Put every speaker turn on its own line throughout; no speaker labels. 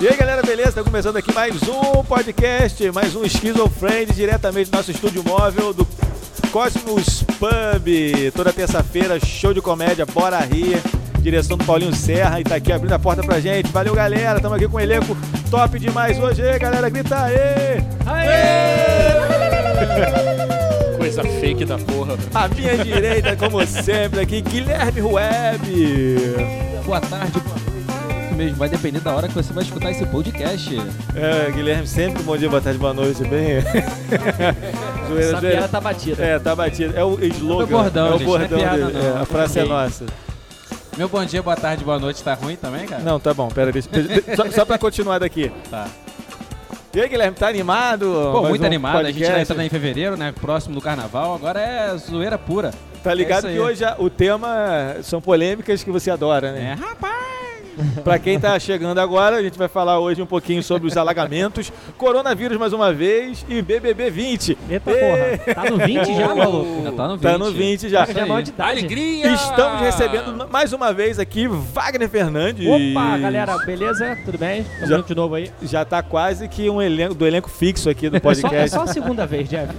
E aí galera, beleza? Está começando aqui mais um podcast, mais um Schizofrend diretamente do nosso estúdio móvel do Cosmos Pub. Toda terça-feira, show de comédia, bora rir. Direção do Paulinho Serra e tá aqui abrindo a porta pra gente. Valeu galera, estamos aqui com um elenco top demais hoje. E aí, galera, grita aí!
Coisa fake da porra.
À minha direita, como sempre, aqui Guilherme Web.
Boa tarde, boa noite. Isso mesmo, vai depender da hora que você vai escutar esse podcast.
É, Guilherme, sempre bom dia, boa tarde, boa noite, bem. Zoeira,
Essa
zoeira.
piada tá batida.
É, tá batido. É o slogan.
É o bordão,
é o
gente, não é
bordão
piada,
dele.
não.
É, a frase é
Ok.
nossa.
Meu bom dia, boa tarde, boa noite, tá ruim também, cara?
Não, tá bom, pera deixa- deixa- só, só pra continuar daqui.
Tá.
E aí, Guilherme, tá animado?
Pô,
Mais
muito
um
animado, a gente vai
podcast?
entrar em fevereiro, né? Próximo do carnaval, agora é zoeira pura.
Tá ligado
É
que
isso aí.
hoje a- o tema são polêmicas que você adora,
É,
né?
rapaz!
Pra quem tá chegando agora, a gente vai falar hoje um pouquinho sobre os alagamentos, coronavírus mais uma vez e BBB 20.
Eita
Ê,
porra, tá no 20 já,
Ô,
maluco?
Já tá no 20.
Tá no 20 já.
Isso
Já é
aí.
maior de idade.
Alegria!
Estamos recebendo mais uma vez aqui Wagner Fernandes.
Opa, galera, beleza? Tudo bem? Tamo
Já-
junto de novo aí.
Já tá quase que um elenco do elenco fixo aqui do
É só,
podcast.
é só a segunda vez, Jeff.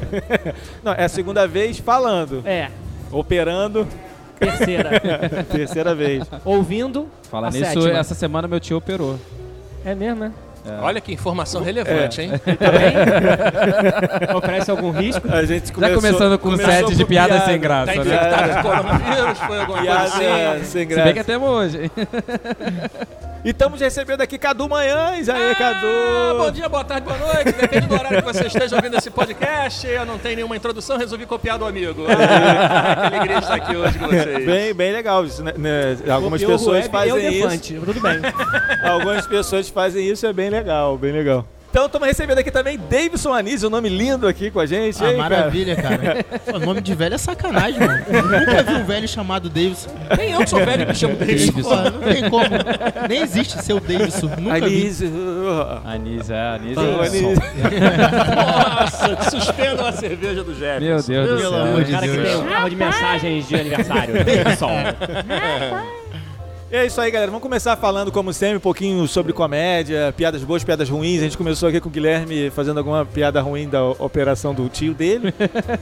Não, é a segunda vez falando,
É,
operando,
terceira.
terceira vez.
Ouvindo.
Falar
a
nisso,
sétima.
essa semana meu tio operou.
É mesmo, né?
Olha que informação
É.
relevante, hein?
Oferece algum risco?
A gente
Já
começou,
começando com
começou
sete de
com
piadas sem graça,
Tá
né?
infectado de coronavírus, foi alguma coisa
É. Piada é.
assim.
sem
Se bem que
graça.
até hoje.
E estamos recebendo aqui Cadu Manhães. Aí,
Ah, bom
Cadu.
dia, boa tarde, boa noite. Depende do horário que você esteja ouvindo esse podcast. Eu não tenho nenhuma introdução, resolvi copiar do amigo. Ah, que alegria estar aqui hoje com vocês.
É, Bem, bem legal isso, né? né? Algumas
Copiou o
pessoas
Web, eu
fazem isso.
defante. Tudo bem.
Algumas pessoas fazem isso, é bem legal, bem legal. Então estamos recebendo aqui também Davidson Anísio, um nome lindo aqui com a gente.
Ah,
hein, cara?
maravilha, cara. O nome de velho é sacanagem, mano. Eu nunca vi um velho chamado Davidson.
Nem eu que sou velho me chamo Davis.
Davidson.
Porra, não tem como. Nem existe seu Davidson. Nunca vi.
Anísio.
Anísio, é, Anísio.
Anísio.
Nossa, suspendam a cerveja do Jeff.
Meu Deus do
Pelo
céu.
amor
O cara que tem um carro de mensagens de aniversário. Só.
É isso aí, galera. Vamos começar falando, como sempre, um pouquinho sobre comédia, piadas boas, piadas ruins. A gente começou aqui com o Guilherme fazendo alguma piada ruim da operação do tio dele.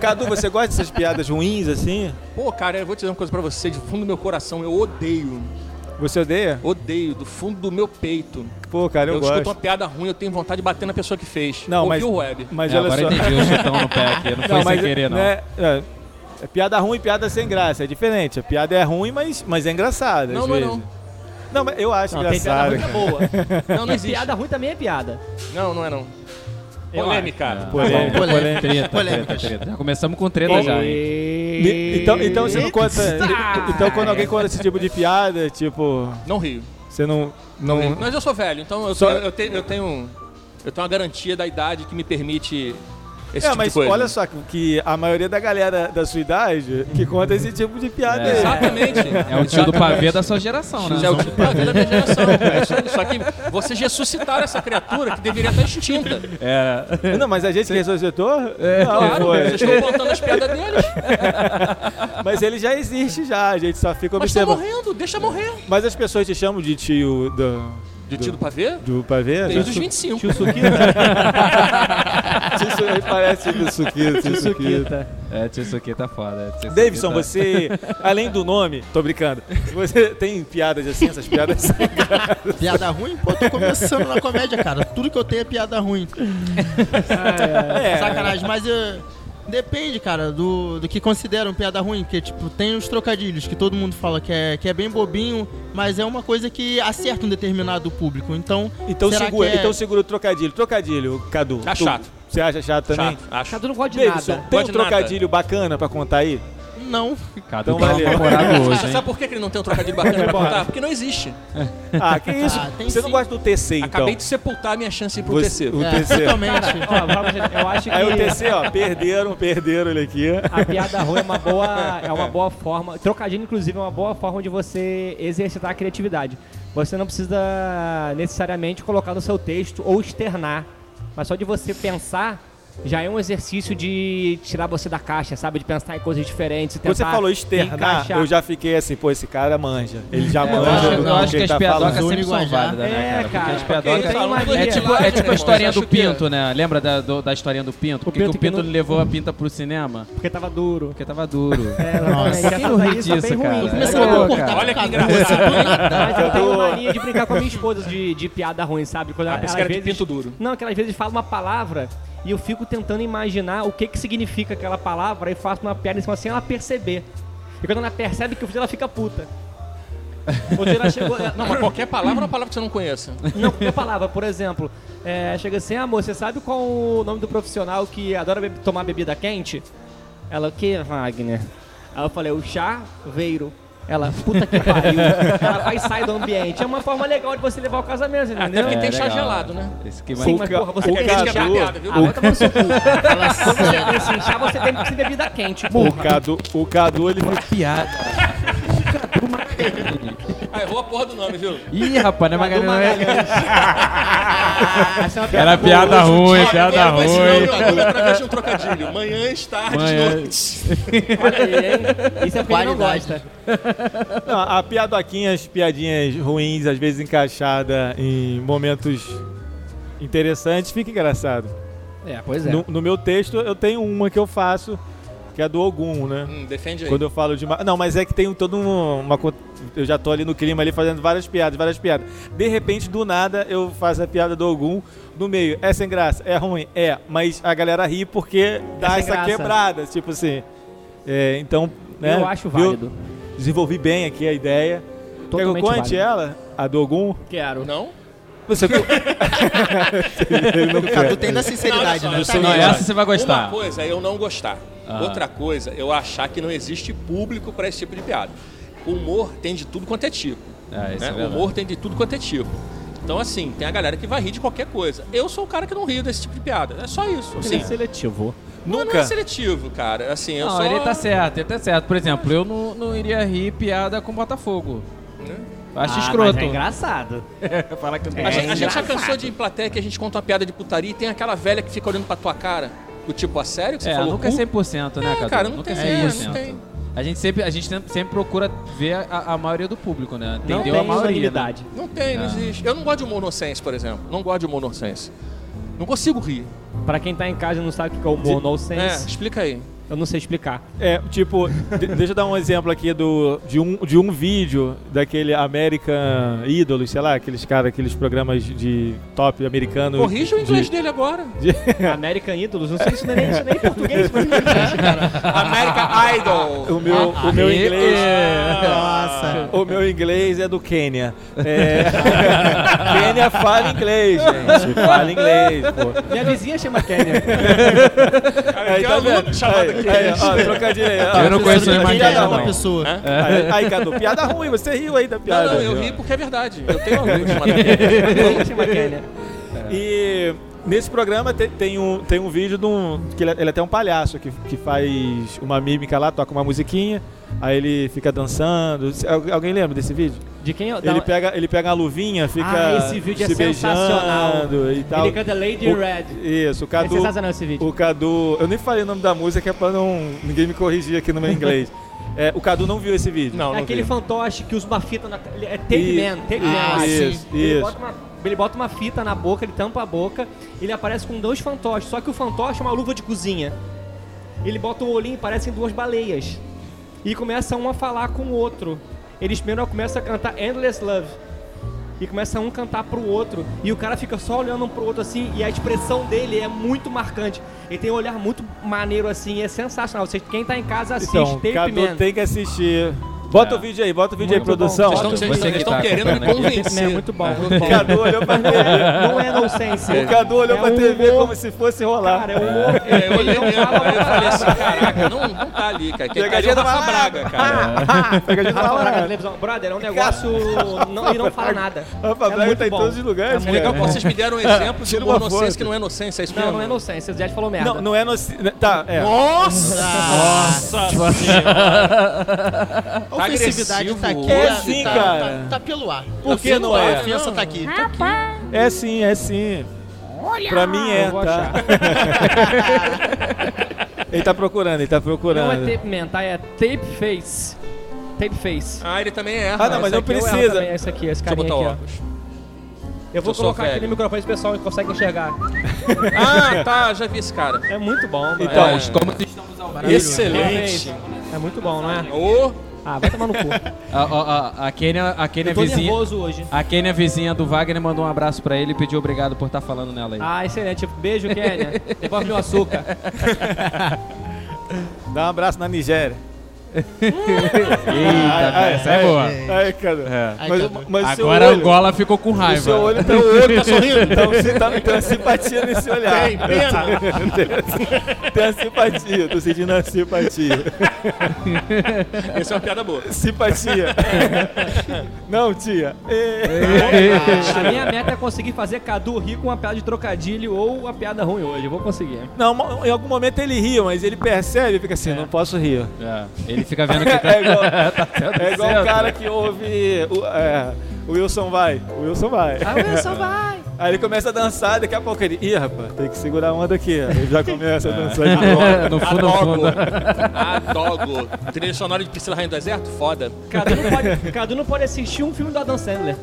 Cadu, você gosta dessas piadas ruins, assim?
Pô, cara, eu vou te dizer uma coisa pra você, de fundo do meu coração, eu odeio,
Você odeia?
odeio, do fundo do meu peito.
Pô, cara, eu,
Eu,
gosto.
escuto uma piada ruim, eu tenho vontade de bater na pessoa que fez.
Não, mas,
Ouviu o web.
mas
É,
olha
agora
só.
eu entendi o chutão no pé aqui. Não foi sem
mas,
querer, não.
né, é, é piada ruim e piada sem graça. É diferente. A piada é ruim, mas, mas é engraçada.
Não,
às
não é
vezes.
não.
Não, mas eu acho
Não, tem piada
engraçado.
ruim que é boa.
Não, não
E
existe.
piada ruim também é piada.
Não, não é não.
Eu
né?
Tá
Polêmica.
Polêmica,
Polêmica.
polêmica.
Treta, treta,
Polêmicas.
treta. Já começamos com treta já, hein?
Me- Então, então você não conta. Então quando alguém conta esse tipo de piada, tipo,
Não rio.
você não. não...
Mas eu sou velho, então eu,
Só-
tenho, eu, tenho, eu tenho. eu tenho uma garantia da idade que me permite esse
É,
tipo de
mas
coisa.
olha só que- que a maioria da galera da sua idade que conta esse tipo de piada.
É.
aí.
Exatamente.
É o tio do pavê da sua geração, né?
É o tipo da minha geração. cara. Isso aí, Só que vocês ressuscitaram essa criatura que deveria estar extinta.
É,
Não, mas a gente que ressuscitou? Não,
É. Claro, né?
foi.
vocês estão contando as piadas deles.
Mas ele já existe já, a gente só fica
Mas tá
observando.
morrendo, deixa morrer.
Mas as pessoas te chamam de tio do,
De tiro pra ver?
do pavê? né?
Desde os 25.
Tio Suquita.
Isso aí parece tio Suquita, tio Suquita.
É, tio Suki tá foda. tio Suki
Davidson,
tá-
você, além do nome, tô brincando, você tem piadas assim, essas piadas?
Piada ruim? Pô, eu tô começando na comédia, cara. Tudo que eu tenho é piada ruim.
É,
Sacanagem, mas eu- Depende, cara, do, do que consideram piada ruim, porque, tipo, tem os trocadilhos que todo mundo fala que é, que é bem bobinho, mas é uma coisa que acerta um determinado público. Então,
Então
será
segura,
que é-
então segura o trocadilho. Trocadilho, Cadu.
Tá
tu-
chato.
Você acha chato também?
Chato, acho.
Cadu não gosta de
Davidson,
nada.
tem um
Pode nada.
trocadilho bacana pra contar aí?
Não,
Cadu
Então
tá
valeu.
apavorado hoje,
Você
hein?
sabe por que que ele não tem um trocadilho bacana pra contar? Porque não existe.
Ah, que isso?
Ah, tem
você não
sim.
gosta do TC, então?
Acabei de sepultar a minha chance de ir pro
Você-
terceiro.
O
é,
TC.
totalmente.
Ó, vamos- eu acho que
Aí o TC, ó, perderam, perderam ele aqui.
A piada ruim é uma boa, é uma boa forma. Trocadilho, inclusive, é uma boa forma de você exercitar a criatividade. Você não precisa necessariamente colocar no seu texto ou externar, mas só de você pensar já é um exercício de tirar você da caixa, sabe? De pensar em coisas diferentes.
Quando você
tentar
falou externar,
encaixar.
eu já fiquei assim, pô, esse cara manja. Ele já
É, eu
manja
acho,
do-
eu
do
acho que
ele
as
tá
piadocas
falando.
sempre são
Guajá.
válidas, né,
É,
cara? Porque
cara,
as
porque
tá
piadocas...
tem uma
É
linha.
tipo, é tipo a
Mas
historinha
acho
do
que-
Pinto, né? Lembra da, do- da historinha do Pinto? Por que que o
Pinto
Pinto,
que não-
levou a pinta pro cinema?
Porque tava duro.
Porque tava duro.
É, exatamente.
Nossa,
Já
quem
tá
não ri
isso, tá
disso,
bem ruim.
cara?
Tô
Começando
Pô,
a
Pô,
me cortar
cara.
no
é Olha que
cabelo.
engraçado.
Mas eu tenho
tô-
mania de brincar com a minha esposa de, de piada ruim, sabe? Quando ela,
Ah, Esse
às
cara de
vezes-
pinto duro.
Não, aquelas vezes fala uma palavra e eu fico tentando imaginar o que que significa aquela palavra e faço uma piada em cima sem ela perceber. E quando ela percebe que eu fiz, ela fica puta. Outro dia ela chegou. ela-
Não, mas qualquer palavra é uma palavra que você não conheça.
Não, qualquer palavra, por exemplo. é, chega assim, amor, você sabe qual o nome do profissional que adora be- tomar bebida quente? Ela, o que, Wagner? Aí eu falei, o chaveiro. Ela, puta que pariu. Ela vai e sai do ambiente. É uma forma legal de você levar o casamento,
Até
entendeu?
porque tem chá
É, legal.
gelado, né?
Esse que
Sim,
mais...
mas
ca-
porra, você
o
quer
Tem gente que é
Cadu-
piada, viu?
Ah,
tá
vai tomar no seu cu. Quando você pensa em assim, chá, você tem que ser bebida quente,
O
porra.
Cadu, o Cadu, ele fica-
Piada.
Ah, errou a porra do nome, viu?
Ih, rapaz, né, Magalhães?
Essa é uma
Era piada ruim,
Olha,
piada
agora vai esse nome,
ruim.
Cadu, através de um trocadilho. Manhãs, tardes,
Manhãs.
noites.
Olha aí, hein? Isso é porque ele não
Qualidade.
gosta.
Não, a piadoquinha, as piadinhas ruins, às vezes encaixada em momentos interessantes, fica engraçado.
É, pois é.
No, no meu texto, eu tenho uma que eu faço, que é a do Ogum, né?
Hum, defende aí.
Quando eu falo de. ma- Não, mas é que tem todo um. Uma... co- Eu já tô ali no clima ali fazendo várias piadas, várias piadas. De repente, do nada, eu faço a piada do Ogum no meio. É sem graça, é ruim, é. Mas a galera ri porque dá
É sem
essa
graça.
quebrada, tipo assim. É, então. Né,
Eu acho válido.
desenvolvi bem aqui a ideia. Quer que eu
Totalmente
conte
válido.
ela? A do Ogum?
Quero.
Não?
Você. Ele não quer.
Cadu tem da sinceridade,
Não,
né?
olha só, eu sou
Tá
Não,
ligado?
melhor.
essa você vai
Uma
gostar.
coisa é eu não gostar.
Ah.
Outra coisa é eu achar que não existe público pra esse tipo de piada. Humor tem de tudo quanto é tipo.
Ah, isso
né?
é verdade.
humor tem de tudo quanto é tipo. Então, assim, tem a galera que vai rir de qualquer coisa. Eu sou o cara que não rio desse tipo de piada. É só isso. Assim,
seletivo.
não, não
Nunca.
é seletivo, cara. Assim, eu
Não,
só...
ele tá certo, ele tá certo. Por exemplo, eu não, não iria rir piada com Botafogo. Eu Acho escroto.
é engraçado. É Falar que
A, gente, a gente já cansou de ir em plateia que a gente conta uma piada de putaria e tem aquela velha que fica olhando pra tua cara. Do tipo, a sério que você
É,
falou?
nunca é
cu?
100%, né,
É,
Cadu?
cara, não
nunca
tem-
é
é,
100%.
não tem.
A gente sempre, a gente sempre sempre procura ver a, a maioria do público, né?
Não
Entendeu
tem
a maioria. né?
unanimidade.
Não tem, não existe. Eu não gosto de humor nonsense, por exemplo. Não gosto de humor nonsense. Não consigo rir.
Pra quem tá em casa e não sabe o que é o humor
É,
nonsense,
explica aí.
eu não sei explicar.
É, tipo, de- deixa eu dar um exemplo aqui do, de, um, de um vídeo daquele American Idol, sei lá, aqueles caras, aqueles programas de top americano.
Corrija o inglês
de-
dele agora.
É.
American Idols, não sei se isso não é nem, isso nem em português, mas
America Idol.
O meu, o meu
Aê,
inglês.
Nossa.
O meu inglês é do Quênia. É... Quênia fala inglês, gente. Fala inglês, pô.
minha vizinha chama Kenya.
Aí,
tem
tá
um aluno
vendo?
chamado
Aí, aí, ó, trocadilho aí, ó.
Eu não conheço
Cadu
nenhuma
tem da
piada,
é uma
não.
pessoa.
Hã?
Aí, aí, Cadu, piada ruim, você riu aí da
Não,
piada.
não, eu
viu?
ri porque é verdade. Eu tenho aluno chamado Kennedy.
Minha vizinha chama Kenya.
E nesse programa te- tem, um, tem um vídeo de um. que ele, é- ele é até um palhaço que, que faz uma mímica lá, toca uma musiquinha, aí ele fica dançando. Se- al- Alguém lembra desse vídeo?
De quem eu... da-
Ele pega, ele pega a luvinha, fica.
Ah, esse vídeo é
se
sensacional.
beijando E tal.
Ele canta Lady
O-
Red.
Isso, o
É
Cadu.
sensacional esse vídeo.
O Cadu. Eu nem falei o nome da música, é pra não, ninguém me corrigir aqui no meu inglês. É, o Cadu não viu esse vídeo.
Não,
É
não
aquele
vi.
fantoche que usa uma fita na... ele- É Tape
E-
Man, Tape Man.
Ah,
assim.
isso,
Ele
isso.
bota, uma, ele bota uma fita na boca, ele tampa a boca, ele aparece com dois fantoches, só que o fantoche é uma luva de cozinha. Ele bota um olhinho e parecem duas baleias. E começa um a falar com o outro. Eles primeiro começam a cantar Endless Love. E começa um a cantar pro outro. E o cara fica só olhando um pro outro assim. E a expressão dele é muito marcante. Ele tem um olhar muito maneiro assim. É sensacional. Vocês, quem tá em casa assiste
Então,
Tape
Cadu
Man.
tem que assistir. Bota o vídeo aí, bota o vídeo aí,
É. Muito
produção.
bom.
Vocês estão-
Bota o
Vocês
Você que
estão
tá
querendo me
acompanhando aí.
convencer.
É muito bom,
É.
muito bom.
Cadu olhou pra TV.
Não é nonsense.
O Cadu olhou
É
pra
um
TV
humor.
como se fosse rolar.
Cara, é humor.
É, eu olhei mesmo, aí eu falei assim, caraca, não, não tá ali, cara. Quem tá ali é o Rafa Braga,
Ah,
cara.
Pega de
Rafa
falar.
Braga na televisão. Brother, é um negócio. não, e não fala nada.
Rafa
É
Braga
muito
tá em
bom.
todos os lugares,
É
É
cara.
legal que vocês me deram um exemplo de
Tira
humor
uma foto.
nonsense que não é inocência, é isso
Não,
mesmo?
não é inocência. O Zé falou merda.
Não, não é no... Tá, é.
Ah, Nossa.
Tá
A agressividade tá
agressivo.
aqui.
É
ó,
sim,
assim,
tá-
cara.
tá- Tá pelo ar.
Por que não
A
é?
ofensa tá aqui.
É sim, é sim. Pra mim é,
Ah, Eu vou
tá?
achar.
Ele tá procurando, ele tá procurando.
Não é tape man, tá? É tape face. Tape face.
Ah, ele também é.
Ah, não, mas
esse
não
aqui é o L
precisa.
também, é esse aqui, esse
Deixa eu botar
carinha
o
aqui, ó.
óculos.
Eu vou
Eu sou
colocar aqui
velho.
no microfone pro pessoal que consegue enxergar.
Ah, tá, já vi esse cara.
É muito bom, mano.
Então,
É.
Como vocês estamos ao barulho?
Excelente.
É muito bom, não é?
Ô,
Ah, vai tomar no cu.
A, a, a, a Kênia, a Kênia
Eu tô
vizinha.
nervoso hoje.
A Kênia vizinha do Wagner mandou um abraço pra ele e pediu obrigado por estar falando nela aí.
Ah, excelente. Beijo, Kênia. Devolve meu açúcar.
Dá um abraço na Nigéria.
Eita, velho, essa é boa.
Ai, cara.
Ai,
Mas,
cara.
o- mas o seu
Agora
olho,
Angola ficou com
o
raiva.
seu olho, teu olho tá sorrindo. Então você tá tem uma simpatia nesse olhar.
tem pena.
Tem a simpatia, tô sentindo a simpatia.
Essa é uma piada boa.
Simpatia. Não, tia. É.
A minha meta é conseguir fazer Cadu rir com uma piada de trocadilho ou uma piada ruim hoje. Eu vou conseguir.
Não, mo- em algum momento ele ri, mas ele percebe e fica assim, não posso rir.
É, Ele fica vendo que tá.
É igual, é igual o cara que ouve o, é, o Wilson vai, o Wilson vai.
Ah, Wilson, vai!
Aí ele começa a dançar, daqui a pouco ele, ih, rapaz, tem que segurar a onda aqui. ó." Ele já começa a
É.
dançar de novo.
no fundo, no
Adogo.
fundo.
Adogo. Trilha sonora de Priscila Rainha do Deserto? Foda.
Cadu não, pode, Cadu não pode assistir um filme do Adam Sandler.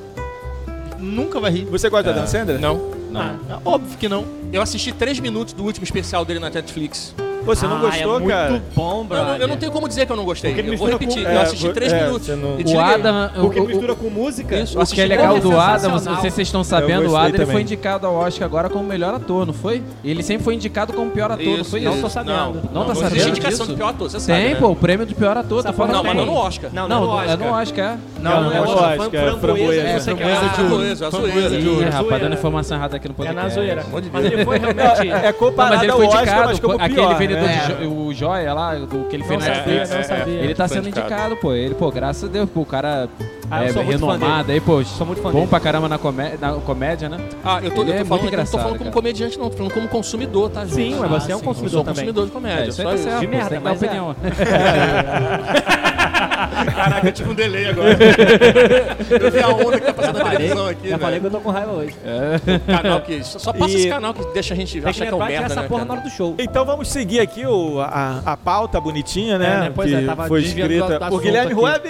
Nunca vai rir.
Você gosta da Dan Sandler?
Não.
É. Não.
Ah,
É Óbvio que não.
Eu assisti três minutos do último especial dele na Netflix.
Pô, você não
Ah,
gostou,
é muito
cara?
bom,
Eu, não-
brother.
eu não tenho como dizer que eu não gostei.
ele
Eu vou
mistura com-
repetir.
é,
eu assisti três
é,
minutos.
você não-
E
O
desliguei.
Adam. o-
Porque
o-
mistura com música.
Isso,
O que é
assisti
legal
Porra,
do Adam, não
sensacional.
sei se vocês estão sabendo, o Adam
gostei
ele foi
também.
indicado ao Oscar agora como melhor ator, não foi? Ele sempre foi indicado como pior ator, não
Isso,
foi?
isso.
Não,
tô sabendo.
Não, tá
Existe
sabendo
indicação
disso?
de pior ator, você sabe,
Tem,
né?
pô, o prêmio do pior ator, tá
Essa
falando
porra
Não, mas
bem.
não no Oscar.
Não,
Não,
não,
do- é no
Oscar.
Oscar.
Não, não é
é
no Oscar,
Oscar,
é
um
framboesa,
framboesa,
não
é
né?
sei o que
framboesa
lá.
de ouro. Azueiro, azueiro.
de
Ih,
ouro.
rapaz,
é zoeira.
dando informação errada aqui no
É
podcast.
na zoeira.
Pelo amor de
Mas
Deus.
ele foi realmente...
É
Não,
comparado
mas ele
ao
foi
Oscar,
indicado,
mas como
aquele
é pior,
vendedor,
né?
de jo- o Joia lá, do, que ele
É. Não
fez
é,
na
sabia,
Netflix.
não sabia.
Né? Ele tá
Foi
sendo
indicado.
indicado, pô. Ele, pô, graças a Deus, pô, o cara
Ah, eu
é,
sou muito fã
renomado aí, pô.
Sou muito fã
bom
dele.
pra caramba na, comé- na comédia, né?
Ah, eu tô,
Ele
eu
é
tô
muito
falando, eu não tô
engraçado,
falando como
cara.
comediante, não, tô falando como consumidor, tá, gente?
Sim, mas
Ah,
você é um
eu sou
consumidor
um
também.
consumidor de comédia,
É, isso aí
só
tá
isso.
certo,
De
pô,
merda,
tem que dar
mas é.
opinião.
Caraca, eu tive um delay agora. eu vi a onda que tá passando na televisão aqui,
Já
né?
falei que eu tô com raiva hoje.
Canal que, só só passa
E-
esse canal que deixa a gente
Tem que
achar que é um
lembrar que
merda,
essa
né,
porra
cara?
na hora do show.
Então vamos seguir aqui o- a, a pauta bonitinha, né?
É, né? Pois
que
é, tava
foi
desviando do-
escrita
do
por Guilherme
assunto
Web.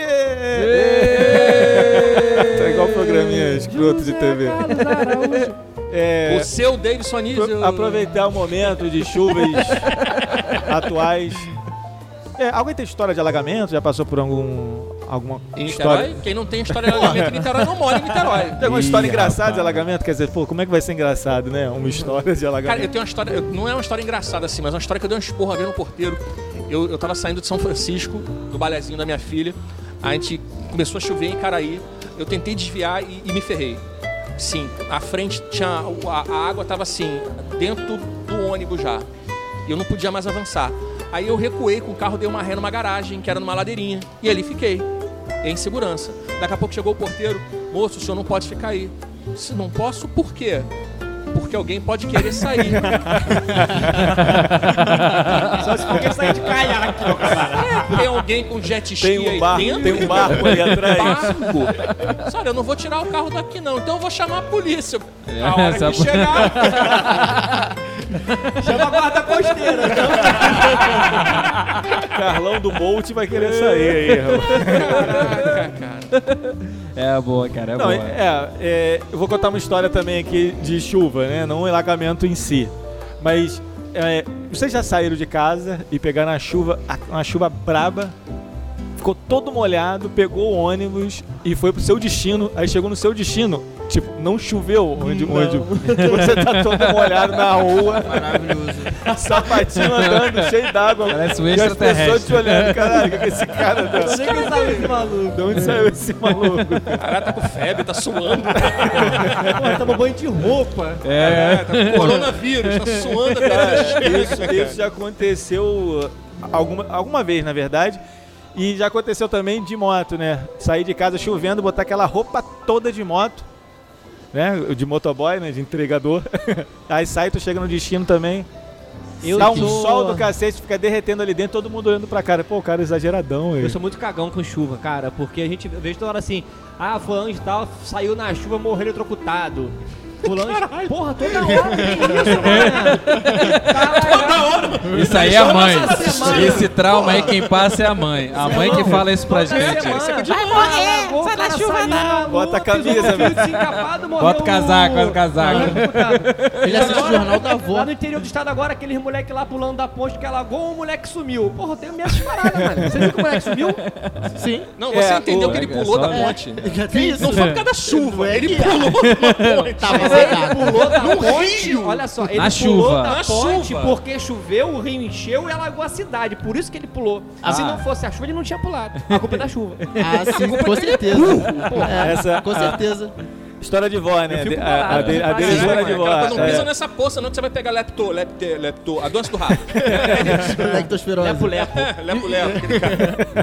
Tá igual programinha escroto de TV. É,
O seu
apro-
Davidson Anísio...
aproveitar o momento de chuvas atuais. É, alguém tem história de alagamento? Já passou por algum alguma
Em Niterói,
história?
quem não tem história de alagamento em Niterói não mora em Niterói.
Tem alguma história
Ih,
engraçada de
rapaz.
alagamento? Quer dizer, pô, como é que vai ser engraçado, né? Uma história de alagamento.
Cara, eu tenho uma história, eu- não é uma história engraçada assim, mas uma história que eu dei um esporro uma vez no porteiro. Eu, eu tava saindo de São Francisco, do balezinho da minha filha. A gente começou a chover em Caraí. Eu tentei desviar e, e me ferrei. Sim, a frente tinha. A, a água tava assim, dentro do ônibus já. E eu não podia mais avançar. Aí eu recuei com o carro, dei uma ré numa garagem, que era numa ladeirinha. E ali fiquei, em segurança. Daqui a pouco chegou o porteiro, moço, o senhor não pode ficar aí. Se não posso, por quê? Porque alguém pode querer sair.
Só se for sair de caiaque.
É, Tem alguém com jet ski
Tem um
aí
barco,
dentro?
tem um barco ali atrás.
Barco? Olha, eu não vou tirar o carro daqui não, então eu vou chamar a polícia. A hora
essa-
que chegar,
Chama a guarda costeira.
Carlão do Bolt vai querer sair aí, rapaz.
É boa, cara, é
Não,
boa.
é, é, eu vou contar uma história também aqui de chuva, né? Não o alagamento em si. Mas é, vocês já saíram de casa e pegaram a chuva, a- uma chuva braba, ficou todo molhado, pegou o ônibus e foi pro seu destino. Aí chegou no seu destino, tipo, não choveu onde, onde você tá todo molhado na rua,
Maravilhoso.
sapatinho andando, cheio d'água.
Parece um
E as pessoas te
extraterrestre.
olhando, caralho, o que que esse cara tá deu?
Chega e sai esse maluco.
De onde saiu esse maluco?
cara tá com febre, tá suando,
Porra, toma banho de roupa.
tá com coronavírus, tá suando até
Cara, isso, isso já aconteceu ah, alguma, alguma vez, na verdade. E já aconteceu também de moto, né? Sair de casa chovendo, botar aquela roupa toda de moto, né? De motoboy, né? De entregador. Aí sai, tu chega no destino também.
Eu
dá um
sou-
sol do cacete, fica derretendo ali dentro, todo mundo olhando pra cara. Pô, o cara é exageradão,
Eu
ele.
sou muito cagão com chuva, cara, porque a gente eu vejo toda hora assim, ah, fulano de tal saiu na chuva, morreu eletrocutado. Pulando. Porra, toda hora tem isso, mano.
Isso aí é a mãe.
Nossa semana.
Esse trauma aí, quem passa é a mãe. A mãe que fala isso pra
é
gente.
Vai morrer, sai da chuva não.
Bota a camisa, velho.
Bota o casaco,
um
bota o casaco.
Tá,
Ele assiste o jornal da avó.
Lá no interior do estado agora, aqueles moleque lá pulando da ponte que alagou, o moleque sumiu. Porra, eu tenho minhas paradas, mano. Você viu que o moleque sumiu?
Sim.
Não, você
É,
entendeu
o-
que ele
é
pulou
só-
da ponte.
Que isso?
Não foi por causa da chuva,
É
ele
que-
pulou da ponte.
Tava zerado.
Pulou da ponte.
rio.
Olha só, ele
Tá. Na
pulou
chuva.
da
Na
ponte
chuva.
porque choveu, o rio encheu e alagou a cidade. Por isso que ele pulou.
Ah.
Se não fosse a chuva, ele não tinha pulado. A culpa é da chuva.
Ah, sim, com certeza. É,
Essa
com certeza.
história de vó, né?
fico
A- A, a,
bolado,
dele- a
eu
dele é
fico
história
bolado.
de vó.
Aquela coisa, né? não
é.
pisa nessa poça não que você vai pegar lepto, lepte, lepto, a doença do rato.
Lectospirose.
Lepo, lepo.
É, lepo, lepo.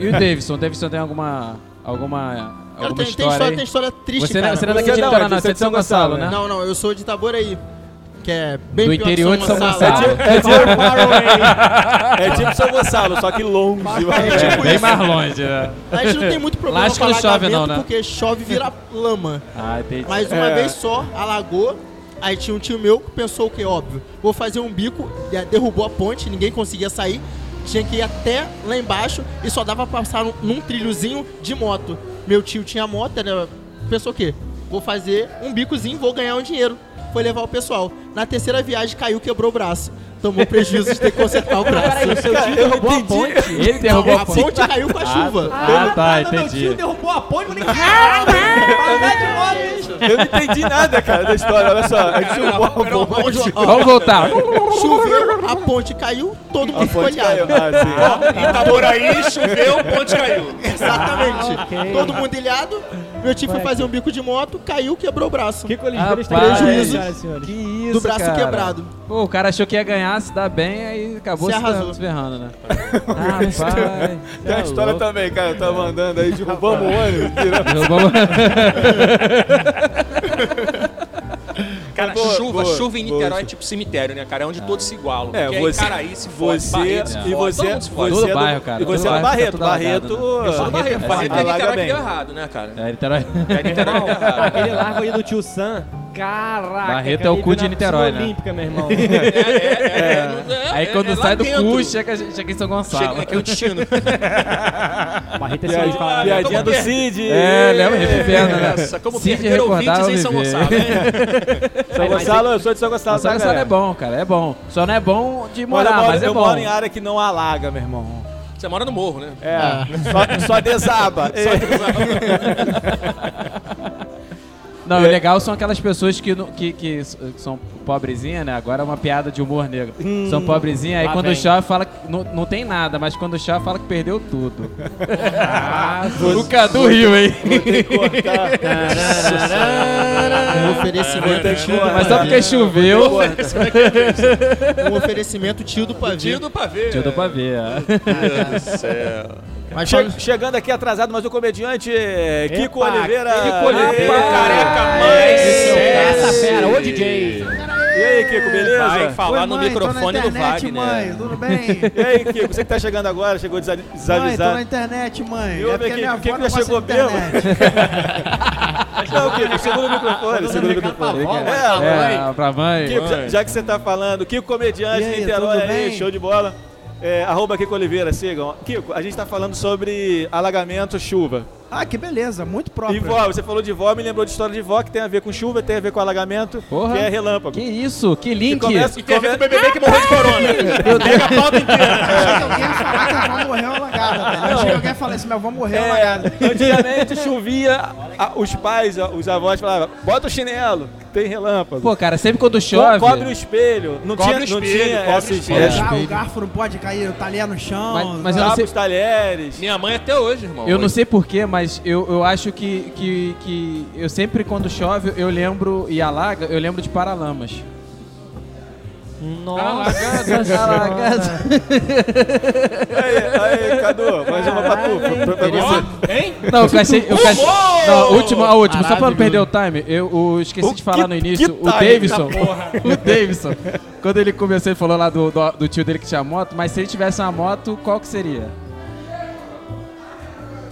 E o Davidson? O Davidson tem alguma. alguma.
Cara,
alguma
tem, tem
história
história,
aí?
tem história triste,
Você não-
cara.
você não é daqui
Você é
de
da
Vitória,
onde?
não,
Você
você é de São Gonçalo, né?
Não, não, eu sou de Itaboraí. Que é bem
Do
pior que
interior de São Gonçalo.
É tipo Far Away. É tipo São Gonçalo, só que longe.
É, bem mais longe, né?
A gente não tem muito problema
Lá acho que
com
não chove
alagamento,
não, né?
porque chove e vira lama.
Ah, entendi.
Mas uma
É.
vez só, alagou. Aí tinha um tio meu que pensou o que, óbvio, vou fazer um bico, de- derrubou a ponte, ninguém conseguia sair. Tinha que ir até lá embaixo e só dava pra passar num, num trilhozinho de moto. Meu tio tinha moto, era, pensou o quê? Vou fazer um bicozinho, vou ganhar um dinheiro. Foi levar o pessoal. Na terceira viagem caiu, quebrou o braço. Tomou prejuízo de ter que consertar o braço.
Seu tio derrubou a ponte.
Ele derrubou
a
a ponte.
ponte caiu com a chuva.
Ah, tá,
Meu tio
entendi.
derrubou a ponte, eu falei, caralho, de moto, bicho.
Eu não entendi nada, cara, da história. Olha só. É tipo
Era
Far
uma
Away.
ponte.
Vamos voltar.
Choveu, a ponte caiu, todo mundo
A
ficou
fonte caiu.
olhado.
Ah, sim.
Itaboraí, choveu, ponte caiu.
Exatamente. Todo mundo ilhado. Meu tio foi fazer um bico de moto, caiu, quebrou o braço.
Que colisbeira
Rapaz,
está aí,
prejuízo.
senhoras e senhores.
Que isso,
Do braço
cara.
quebrado.
Pô, o cara achou que ia ganhar, se dar bem, aí acabou
Se
se,
arrasou.
se ferrando, né? Rapaz.
Tem uma história também, cara. Eu tava andando aí, tipo, vamos ônibus. tiramos-
Derrubamos-
Cara,
Boa,
chuva,
boa,
chuva em
boa,
Niterói é
chuva.
tipo cemitério, né, cara? É onde todos se igualam.
É,
Porque
você-
aí, Caraí se fode,
Você
Barreto se
e
fode, todo
você,
mundo se fode.
você
Todo
é do
bairro, cara,
E você
todo
é do
bairro
Barreto.
tá tudo alagado,
Barreto.
Eu sou do Barreto.
é,
Barreto é
alaga
Niterói que
bem.
deu errado, né, cara?
É, Niterói.
É Niterói que deu errado.
Aquele largo aí do tio Sam, caraca.
Barreto
cara,
é o
ele
cu
viu
de
na
Niterói,
piscina
né?
Olímpica, meu irmão.
É, é, é, não- é,
Aí
é,
quando
é lá
sai do
dentro.
cu, chega, chega em São Gonçalo.
Chega aqui é o destino.
Barreto é
Piadinha-
seu de falar. né?
Piadinha do Cid.
É, lembra? Reverberna, né?
Nossa, como
Se
perder
recordar,
ouvintes em São
vai ver.
Gonçalo. né?
São Gonçalo, eu sou de São Gonçalo.
é São
tá,
Gonçalo
galera?
é bom, cara, é bom. Só não é bom de
Mas eu
morar,
moro-
mas é
eu
bom.
moro em área que não alaga, meu irmão.
Você mora no morro, né?
É, só, só desaba.
É. Não, o legal são aquelas pessoas que, não- que, que s- que são pobrezinhas, né? Agora é uma piada de humor negro. são pobrezinhas, aí
lá
quando
vem.
chove fala que não, não tem nada, mas quando chove fala que perdeu tudo. ah, do Cadu Rio, hein?
tá?
Um oferecimento,
Mas só porque choveu,
um oferecimento tio do pavio.
Tio do pavê.
eu dou pra ver. é. ó.
Mas
Che-
fala-
Chegando aqui atrasado, mas o comediante eh, Kiko
Epa,
Oliveira.
Kiko Oliveira. é
Epa,
Careca
É.
mais
Essa
sexy.
fera, ô DJ.
E aí, Kiko, beleza?
Vai falar
Oi,
no
mãe, tô na
microfone do
internet,
Wagner.
Mãe, tudo bem?
E aí, Kiko, você que tá chegando agora, chegou desa-
mãe, tô na
desavisado.
internet, mãe.
Eu,
é porque
Kiko,
minha
por que
avó
que
não
já chegou
gosta de internet.
Não, Kiko, segura o microfone, segura o microfone. É,
É, pra mãe.
Kiko, já- já que você tá falando, Kiko Comediante,
E aí,
Niterói
tudo
aí,
bem?
show de bola. É, arroba Kiko Oliveira, sigam. Kiko, a gente tá falando sobre alagamento, chuva.
Ah, que beleza, muito
E
próprio.
vó, você falou de vó, me lembrou de história de vó que tem a ver com chuva, tem a ver com alagamento,
Porra.
que é relâmpago.
Que isso? Que
E
é?
link?
começa,
E tem a ver com o
começa-
bebê que morreu de corona. Pega a pauta inteira.
Achei que alguém ia falar que a avó morreu alagada, velho. Achei que alguém ia falar assim, minha avó morreu alagada.
É, antigamente chovia, a- os pais, a- os avós falavam, bota o chinelo, que tem relâmpago.
Pô, cara, sempre quando
Co-
chove.
Cobre o espelho. Não
Cobre
tinha,
o
não
espelho,
tinha
cobre o
essas-
espelho.
essas-
Ah, o garfo não pode cair, o talher no chão.
Mas- mas eu não
Tapa
sei-
os talheres.
Minha mãe até hoje, irmão.
Eu não sei porquê, mas eu, eu acho que, que, que eu sempre quando chove, eu lembro e alaga, eu lembro de Paralamas.
Nossa senhora.
Aí, aí, Cadu, mais uma pra tu. pra- pra
Ó,
você.
hein?
Não, eu cachei. Eu cachei
Humor!
não, a última, a última, só pra não
Maravilhoso.
perder o time, eu, eu esqueci
O
de falar
que-
no início.
que
O
time
Davidson.
da
O Davidson. Quando ele começou, ele falou lá do, do, do tio dele que tinha moto, mas se ele tivesse uma moto, qual que seria?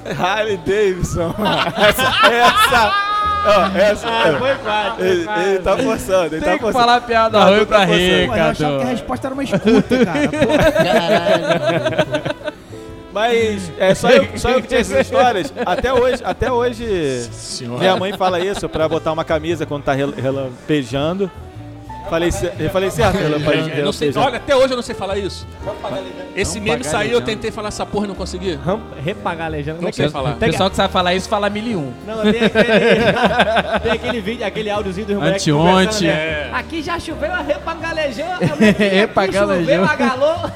Harley Davidson. Essa, essa Ó, essa-
Ah, foi quase, foi
ele,
quase.
ele tá forçando, ele tá
Tem que
forçando.
falar piada
Cadu
ruim
tá
pra rir,
Pô, eu achava que a
Cadu.
resposta era uma escuta, cara. Pô,
Mas é só eu, só eu que tinha essas histórias. Até hoje, até hoje
Senhora.
minha mãe fala isso pra botar uma camisa quando tá rel- relampejando. Falei, cer- eu falei certo, relampejando.
É, Eu não sei, olha, até hoje eu não sei falar isso. Esse meme
pagar
saiu, eu
legenda.
tentei falar essa porra e não consegui.
Ram- Repagar a legenda.
Não sei falar.
O pessoal que sabe falar isso fala mil e um.
Não, tem aquele, tem aquele vídeo, aquele áudiozinho do moleques
Anteontem,
conversando, né?
é.
Aqui já choveu, a repangalejou. Repangalejou.
Repangalejou.
Agalou.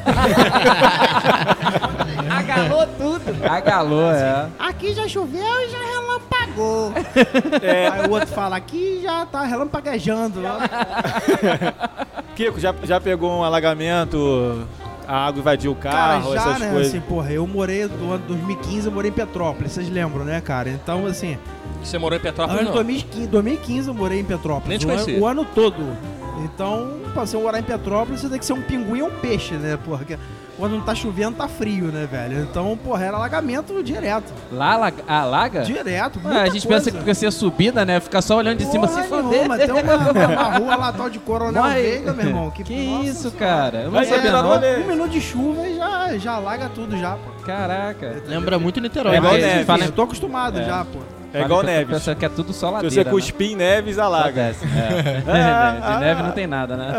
agalou tudo.
Agalou, é.
aqui já choveu e já relampagou. Aí o outro fala, aqui já tá relampaguejando.
Kiko, já, já pegou um alagamento, a água invadiu o
Cara,
carro,
já,
Ah, essas
né,
coisas.
assim, porra, eu morei do ano 2015, eu morei em Petrópolis, vocês lembram, né, cara? Então, assim,
Você morou em
Ah,
Petrópolis,
ano
Ah, não?
2015, 2015 eu morei em Petrópolis.
Nem te
o,
conhecia.
ano, o ano todo. Então, pra você morar em Petrópolis, você tem que ser um pinguim ou um peixe, né, porra? Que quando não tá chovendo, tá frio, né, velho? Então, porra, era alagamento direto.
Lá alaga- ah, alaga?
Direto,
Ué,
muita
a gente
coisa.
pensa que você é subida, né? Ficar só olhando de cima se foder.
Mas tem uma, uma rua lá tal de Coronel
Vai.
Veiga, meu irmão.
Que,
Que, nossa
isso,
senhora.
cara? Eu não
Aí,
sabia,
entra no
não.
rolê.
Um minuto de chuva e já, já alaga tudo já, pô.
Caraca.
Lembra muito Niterói.
É
né?
igual
mas
neve.
fala
Eu tô acostumado já, pô.
É igual
Fala que eu tô
neve. Se
pensando que é tudo só ladeira,
você
né?
cuspir em neves, alaga.
Acontece, é. de neve não tem nada, né?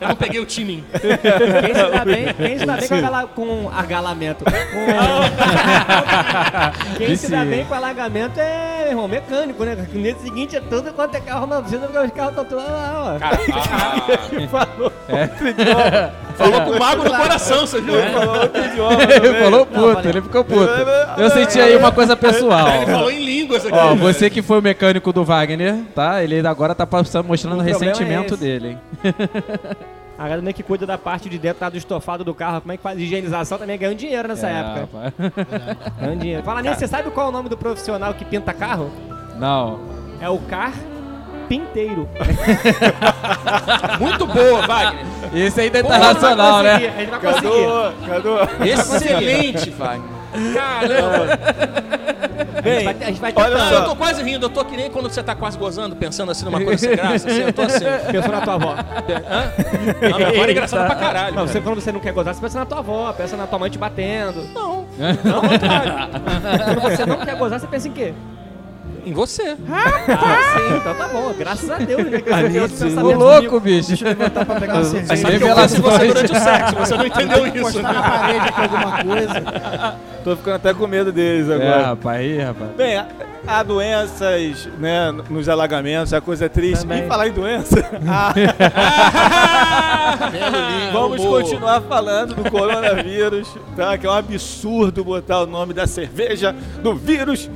Eu não peguei o timing.
Quem se dá bem, quem se dá bem com, agala, com agalamento? Com- quem se dá
Disse-
bem com alagamento é, meu irmão, mecânico, né? No dia seguinte é tudo quanto é carro na oficina, porque os carros estão tudo lá, ó.
Falou É com mago no coração, você viu?
É.
Falou outro idioma
Ele
também.
falou puto, ele ficou puto. Eu senti aí uma coisa pessoal.
Ele falou em línguas aqui.
Ó, você que foi o mecânico do Wagner, tá? Ele agora tá passando, mostrando o,
O problema
ressentimento
é esse.
dele, hein?
A galera que cuida da parte de dentro lá do estofado do carro, como é que faz higienização, também ganhou dinheiro nessa
É,
época.
rapaz.
Ganhou dinheiro. Fala nisso, você sabe qual é o nome do profissional que pinta carro?
Não.
É o car pinteiro.
Muito boa, Wagner.
Esse ainda é
Pô, a gente vai
internacional, né?
assim,
conseguir, A gente vai conseguir.
Cadu, Cadu.
Excelente, Wagner. Caramba.
A gente vai- a gente vai
olha
Não,
só.
eu tô quase rindo. Eu tô que nem quando você tá quase gozando, pensando assim numa coisa sem graça. Assim, eu tô assim.
Pensou na tua avó.
Não, minha avó é engraçada pra caralho.
Não,
cara.
você, quando você não quer gozar, você pensa na tua avó, pensa na tua mãe te batendo.
Não.
Não, ao contrário. Quando você não quer gozar, você pensa em quê?
Em você.
Ah, sim, então tá bom. Graças a Deus, né? Que eu tenho outros
tá
Ô
pensamentos comigo.
louco, bicho.
Dá pra pegar uma cerveja.
Aí
Porque eu penso em você
Revelações.
durante o sexo. Você não entendeu isso. né?
Encostar na parede aqui alguma coisa.
Tô ficando até com medo deles
É,
agora.
rapaz, aí, rapaz.
Bem, há- há doenças, né, nos alagamentos, a coisa é triste. E falar em doença, ah, vamos continuar falando do coronavírus, tá? Que é um absurdo botar o nome da cerveja do vírus.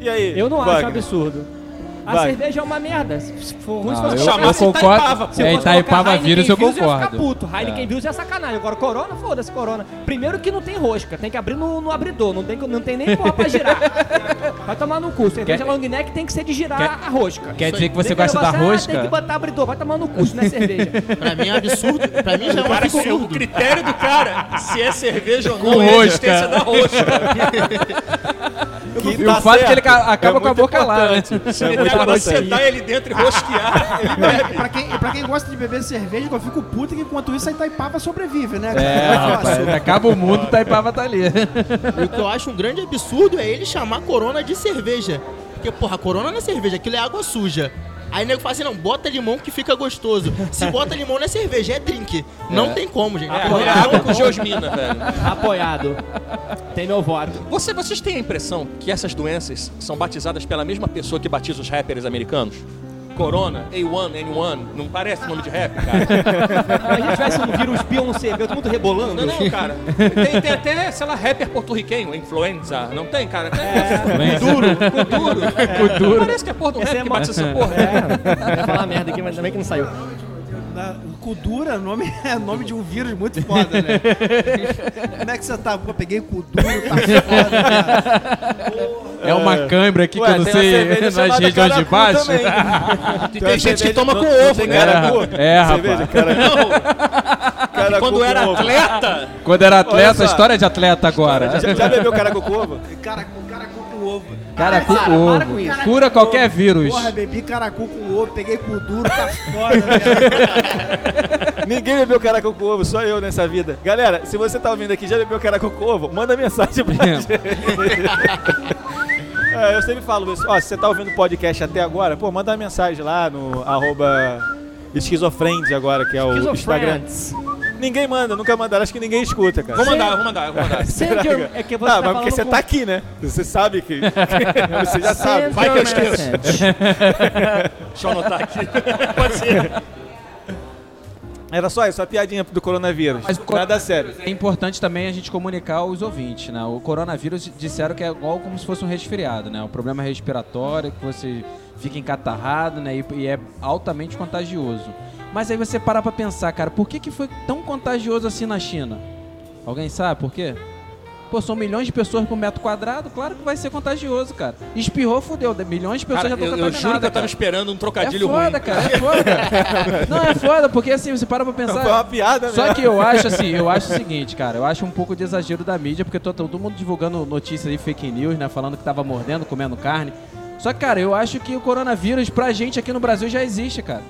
E aí?
Eu não acho
Wagner?
absurdo. A
Wagner.
cerveja é uma merda. Se for ruim,
Não, eu,
se fosse colocar-
eu
chamasse Itaipava,
concordo.
Se
É,
fosse colocar
Itaipava
Heineken
vírus, eu
Views, ia ficar
concordo.
puto. Heineken Views é sacanagem. Agora, Corona, foda-se, Corona. Primeiro que não tem rosca, tem que abrir no, no abridor, não tem, não tem nem porra pra girar. Vai tomar no cu. Cerveja long neck tem que ser de girar
Quer-
a rosca.
Quer dizer que você
Nem
gosta
quero
da
passar, "Ah, Tem que
rosca?
botar abridor, vai tomar no cu, isso não é cerveja.
Pra mim é um absurdo. Pra mim já é um
Cara, se- o
absurdo.
critério do cara, se é cerveja ou não,
Com
é a
rosca.
existência da rosca.
Que
E
tá
o fato é que
certo.
ele ca- acaba com a
muito
boca lá, né?
importante.
Se
É
ele
muito
pega pra
importante.
sentar ele dentro e rosquear, ele bebe.
Pra quem, pra quem gosta de beber cerveja, eu fico puto que enquanto isso a Itaipava sobrevive, né?
É, rapaz. Acaba o mundo, Itaipava tá ali.
E O que eu acho um grande absurdo é ele chamar corona de cerveja. Porque, porra, corona não é cerveja, aquilo é água suja. Aí o nego fala assim, não, bota limão que fica gostoso. Se bota limão não é cerveja, é drink. Não tem como, gente.
É água com geosmina, velho.
Apoiado. Tem meu voto.
Você, vocês têm a impressão que essas doenças são batizadas pela mesma pessoa que batiza os rappers americanos? Corona, A1, N1, não parece nome de rap, cara.
Mas a gente tivesse um vírus Beyoncé, eu tô muito rebolando.
Não, não, cara. Tem, tem até, sei lá, rapper porto-riquenho, influenza. Não tem, cara? É, duro, duro.
Futuro.
Parece que é porra do
Essa
rap
é
que
uma-
bate essa porra.
É, eu ia falar merda aqui, mas também que não saiu.
Na, Kudura nome, é nome de um vírus muito foda, né? Como é que você tá? Pô, peguei Kudura, tá foda, cara.
É uma cãibra aqui que
Ué,
eu não
tem uma
sei
cerveja
nas
chamada
regiões de
Caracu
baixo.
também.
Tem,
uma
gente que
cerveja-
toma
não-
com
não
ovo,
tem
né?
Caracu?
É,
Cerveja,
rapaz.
cara- Caracu
Quando
com
era
ovo.
atleta,
Quando era
Olha
atleta,
só.
história de atleta agora.
Já, já bebeu caracu com ovo?
Cara, o cara com o ovo.
Caracu com
Cara,
para
ovo.
com isso.
Cura qualquer vírus.
Porra, bebi caracu com ovo, peguei com duro, tá foda, né? velho.
Ninguém bebeu caracu com ovo, só eu nessa vida. Galera, se você tá ouvindo aqui e já bebeu caracu com ovo, manda mensagem pra gente. É, eu sempre falo isso. Ó, se você tá ouvindo o podcast até agora, pô, manda uma mensagem lá no arroba esquizofrende agora, que é o Instagram.
Schizofrends.
Ninguém manda, nunca mandaram. Acho que ninguém escuta, cara.
Vou mandar, vou mandar, vou mandar.
Send your... É que você
Tá,
tá
mas porque
falando
você
com-
tá aqui, né? Você sabe que... você já sabe.
Send
Vai que eu
your
esqueço.
message.
Deixa eu anotar aqui. Pode ser.
Era só isso, a piadinha do coronavírus.
Mas o cor-
Nada sério.
É importante também a gente comunicar os ouvintes, né? O coronavírus disseram que é igual como se fosse um resfriado, né? O problema respiratório, que você fica encatarrado, né? E, e é altamente contagioso. Mas aí você para pra pensar, cara, por que, que foi tão contagioso assim na China? Alguém sabe por quê? Pô, são milhões de pessoas por metro quadrado, claro que vai ser contagioso, cara. Espirrou, fudeu. Milhões de pessoas
Cara,
já
eu,
estão
eu
contaminadas,
juro que eu
cara.
tava esperando um
É
trocadilho
foda,
ruim.
cara, é foda. cara. Não, é foda, porque assim, você para pra pensar...
Foi uma piada, né?
Só que eu acho assim, eu acho o seguinte, cara, eu acho um pouco de exagero da mídia, porque tô- todo mundo divulgando notícias aí, fake news, né? Falando que tava mordendo, comendo carne. Só que, cara, eu acho que o coronavírus, pra gente aqui no Brasil, já existe, cara.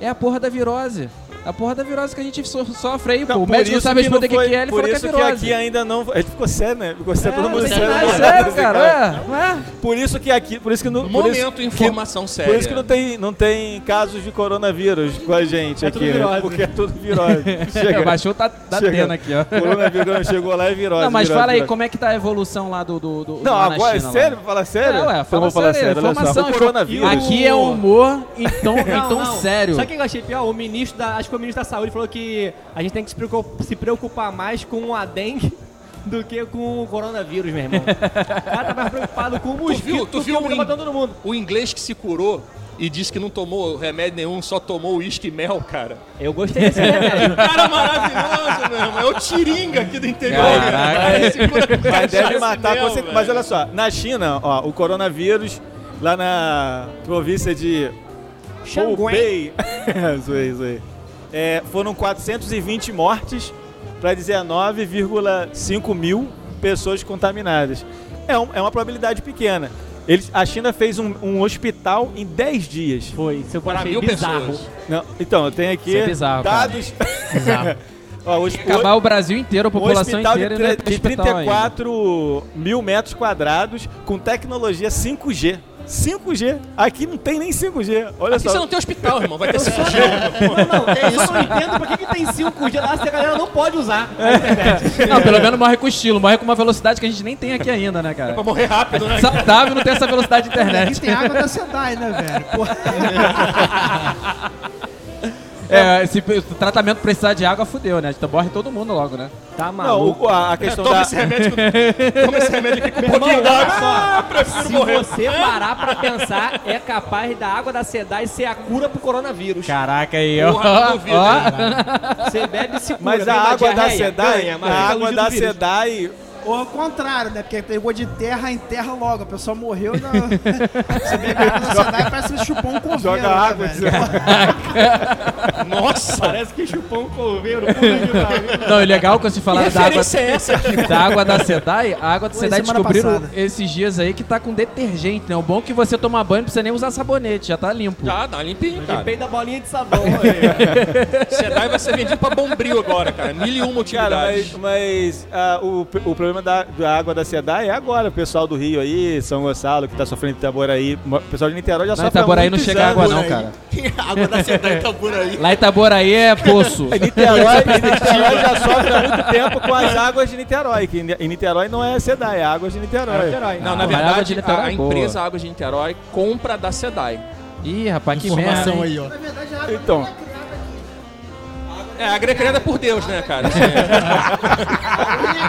É a porra da virose. A porra da virose que a gente so- sofre aí, pô. O
por
médico não
isso
sabe
que não
responder o que,
foi-
que é, ele
Por
fala que é
isso que
virose.
aqui ainda não... Ele ficou sério, né? Ficou sério, todo mundo
é,
sério.
não
né?
tem nada sério, cara, é, não é?
Por isso que aqui, por isso que não, por isso,
Momento, informação séria.
por isso que não tem, não tem casos de coronavírus com a gente
É tudo
aqui, né?
virose.
porque é tudo virose.
É,
Chega.
baixou, tá, tá
Chega.
tendo aqui, ó.
coronavírus quando chegou lá é virose.
Não, mas
virose,
fala aí,
virose.
como é que tá a evolução lá do... do, do
Não,
lá na
agora é
China, lá?
sério? Fala sério?
É, ué,
Então
fala
vou falar
sério,
sério, olha só.
informação,
O
é
coronavírus.
Aqui é humor em tom,
É
em
Não,
tom
não.
sério.
Sabe o que eu achei pior? O ministro da. Acho que o ministro da saúde falou que a gente tem que se preocup- se preocupar mais com a dengue do que com o coronavírus, meu irmão. o cara tá mais preocupado com o mosquito
viu- tu
do
viu
que
o
o que tá
in-
matando todo mundo.
O inglês que se curou e disse que não tomou remédio nenhum, só tomou uísque e mel, cara.
Eu gostei desse remédio.
Cara maravilhoso, meu irmão. É o Tiringa aqui do interior. cara.
Caraca.
Ele se cura com
Mas
cachaça
deve
e
matar
mel,
com certeza.
velho.
Mas olha só, na China, ó, o coronavírus, lá na província de
Xanguém.
Hubei, zoei, zoei. É, foram 420 mortes para 19,5 mil pessoas contaminadas. É, um- é uma probabilidade pequena. Eles, a China fez um, um hospital em 10 dias.
Foi, seu
Para
achei
mil
bizarro.
pessoas.
Não, então, eu tenho aqui
Isso é bizarro, cara.
dados. Ó, o hosp-
Acabar o Brasil inteiro, a
um
população
hospital de,
inteira
tre-
ainda
de
tem hospital ainda.
34 mil metros quadrados com tecnologia 5G. 5G. Aqui não tem nem 5G. Olha
Aqui
só.
você não tem hospital, irmão. Vai ter
Só
cirurgia.
não, não, eu só não entendo por que, que tem 5G lá se a galera não pode usar.
Não,
é.
pelo menos morre com estilo, morre com uma velocidade que a gente nem tem aqui ainda, né, cara?
Pra morrer rápido, né?
Saudável não tem essa velocidade de
Aqui
internet.
tem água da Sedai, né, velho? Porra,
É, se o tratamento precisar de água, fudeu, né? Então morre todo mundo logo, né?
Tá
Não,
maluco.
o- a, a questão
Toma
da...
esse remédio. com- Toma esse remédio aqui com um
Meu irmão,
pouquinho
olha
d'água.
só.
Prefiro
Se
morrer.
você parar pra pensar, é capaz da água da Sedai ser a cura pro coronavírus.
Caraca aí,
ó. Porra, não duvido, né? Ó. hein?
Você bebe e se cura.
Mas a
vem uma
água da
diarreia,
SEDAI, é,
ganha,
a
mas fica
água
longe do
da
vírus.
SEDAI,
Ou ao contrário, né? Porque pegou de terra em terra logo. A pessoa morreu na. Você bebe água da Sedai parece que chupou um coveiro.
Joga
né,
água,
velho?
Nossa.
Parece que chupou um coveiro. puta que pariu.
Não, e legal que se falar da água,
é essa aqui?
da água da Sedai, a água da
Foi
Sedai
semana
descobriram
passada.
esses dias aí que tá com detergente, né? O bom é que você tomar banho não precisa nem usar sabonete, já tá limpo.
Já, dá uma limpinha, cara.
Limpei da bolinha de sabão. olha aí. é um
Sedai vai ser vendido pra Bombril agora, cara. Mil e uma
Cara, mas,
utilidades.
mas, ah, o, p- o problema da, da água da SEDAI é agora. O pessoal do Rio aí, São Gonçalo, que tá sofrendo Itaboraí. O pessoal de Niterói já
Não,
sofre há
Itaboraí não
muitos
chega
anos.
água não, cara.
A água da Sedai tá por aí.
Lá em Itaboraí é poço.
Niterói, Niterói já sofre há muito tempo com as águas de Niterói. Que em em Niterói não é SEDAI, é águas de Niterói.
Herói.
Não, na
Não, mas a água de
verdade,
Niterói
a, a
é boa.
empresa Águas de Niterói compra da SEDAI.
Ih, rapaz, que merda.
Informação
hein?
aí, ó.
Na verdade, a água
Então,
É, a água é criada por Deus, né, cara? Isso é-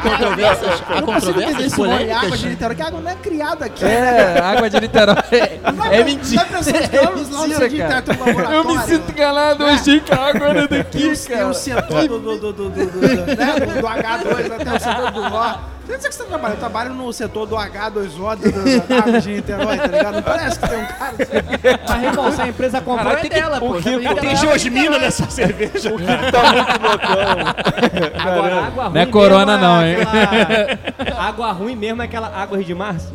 Controvérsias?
Eu
Há
não consigo entender
controvérsias
esse nome de água
polêmicas?
de Niterói, que a água não é criada aqui.
É, água de Niterói.
Vai-
É,
vai-
mentira.
Vai pensando que lá no- lá no
mentira,
centro de
cara.
Niterói tem um laboratório.
Eu me sinto enganado,
É.
eu achei que a água era
Tem
daqui,
o- tem o
cara.
setor do, do, do, do, do, do, né? do, do H2, até o setor do Nó. Você não sabe o que você trabalha? Eu trabalho no setor do H2O do- do- da água de Niterói, tá ligado? Não parece que tem um cara.
Mas, irmão, se a empresa comprar,
Caralho,
é
tem que-
dela, pô.
o
Você
Kiko-
tem que-
Tem geosmina nessa cerveja.
tá muito loucão.
Agora, água ruim
Não é corona
mesmo
não, hein?
aquela- Água ruim mesmo é aquela água de março.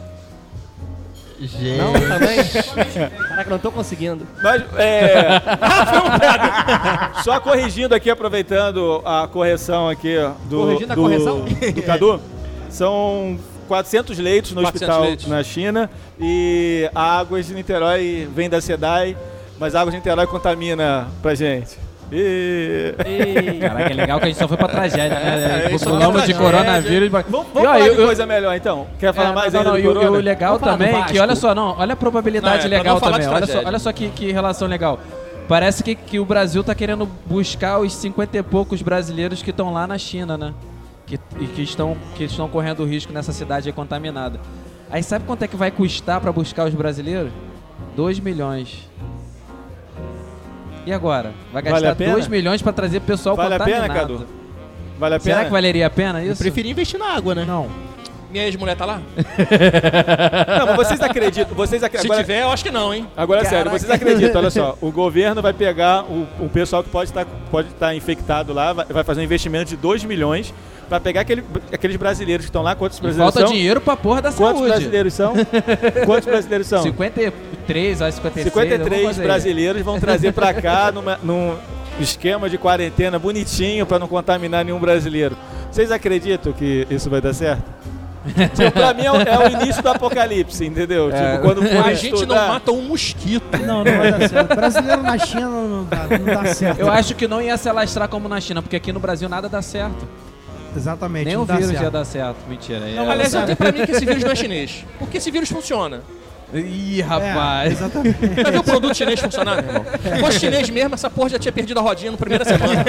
Gente.
Não, também? Caraca, não tô conseguindo.
Nós, é... Só corrigindo aqui, aproveitando a correção aqui ó, do,
Corrigindo a
do,
correção?
do Cadu, são 400 leitos no
400
hospital
leitos.
na China e a Águas de Niterói vem da SEDAI, mas a Águas de Niterói contamina pra gente. E...
Caraca, é legal que a gente só foi pra tragédia, né?
É, isso é
o
uma
nome de
tragédia.
coronavírus.
Vamos,
E,
vamos
ó,
falar
eu-
de
eu-
coisa melhor, então? Quer falar
É,
mais
não,
ainda
não,
do
e o, e o
corona?
legal
Vamos falar do
também é que,
Vasco.
olha só, não, olha a probabilidade
Não, é, pra
legal
não falar
também.
de
Olha só,
tragédia.
olha só que, que relação legal. Parece que, que o Brasil tá querendo buscar os 50 e poucos brasileiros que estão lá na China, né? Que, e que estão, que estão correndo risco nessa cidade aí contaminada. Aí sabe quanto é que vai custar pra buscar os brasileiros? 2 milhões. E agora? Vai
Vale
gastar
a pena?
2 milhões pra trazer pessoal
Vale a
contaminado.
pena, Cadu? Vale a pena?
Será que valeria a pena
Eu
isso?
preferia investir na água, né?
Não.
Minha ex-mulher tá lá?
Não, mas vocês acreditam. Vocês acre-
Se
agora-
tiver, eu acho que não, hein?
Agora, é sério, vocês acreditam, olha só, o governo vai pegar o, o pessoal que pode estar pode tá infectado lá, vai, vai fazer um investimento de 2 milhões para pegar aquele- aqueles brasileiros que estão lá, quantos
E
brasileiros
falta
são?
dinheiro pra porra da
Quantos
saúde.
brasileiros são? Quantos brasileiros
Então.
são?
53, acho 56. alguma
53
coisa aí.
brasileiros vão trazer para cá numa- num esquema de quarentena bonitinho para não contaminar nenhum brasileiro. Vocês acreditam que isso vai dar certo? Tipo, pra mim é o, é o início do apocalipse, entendeu? Tipo, quando for
É. A gente não
estudar-
mata um mosquito.
Não, não vai dar certo. Brasileiro na China não dá, não dá certo.
Eu acho que não ia se alastrar como na China, porque aqui no Brasil nada dá certo.
Exatamente,
Nem
não
o
dá
vírus
certo.
ia dar certo. Mentira. é-
Aliás, eu tenho pra mim que esse vírus não é chinês. Porque esse vírus funciona.
Ih,
É,
rapaz.
exatamente.
Já viu o produto chinês funcionar, meu irmão? Se fosse chinês mesmo, essa porra já tinha perdido a rodinha na primeira semana.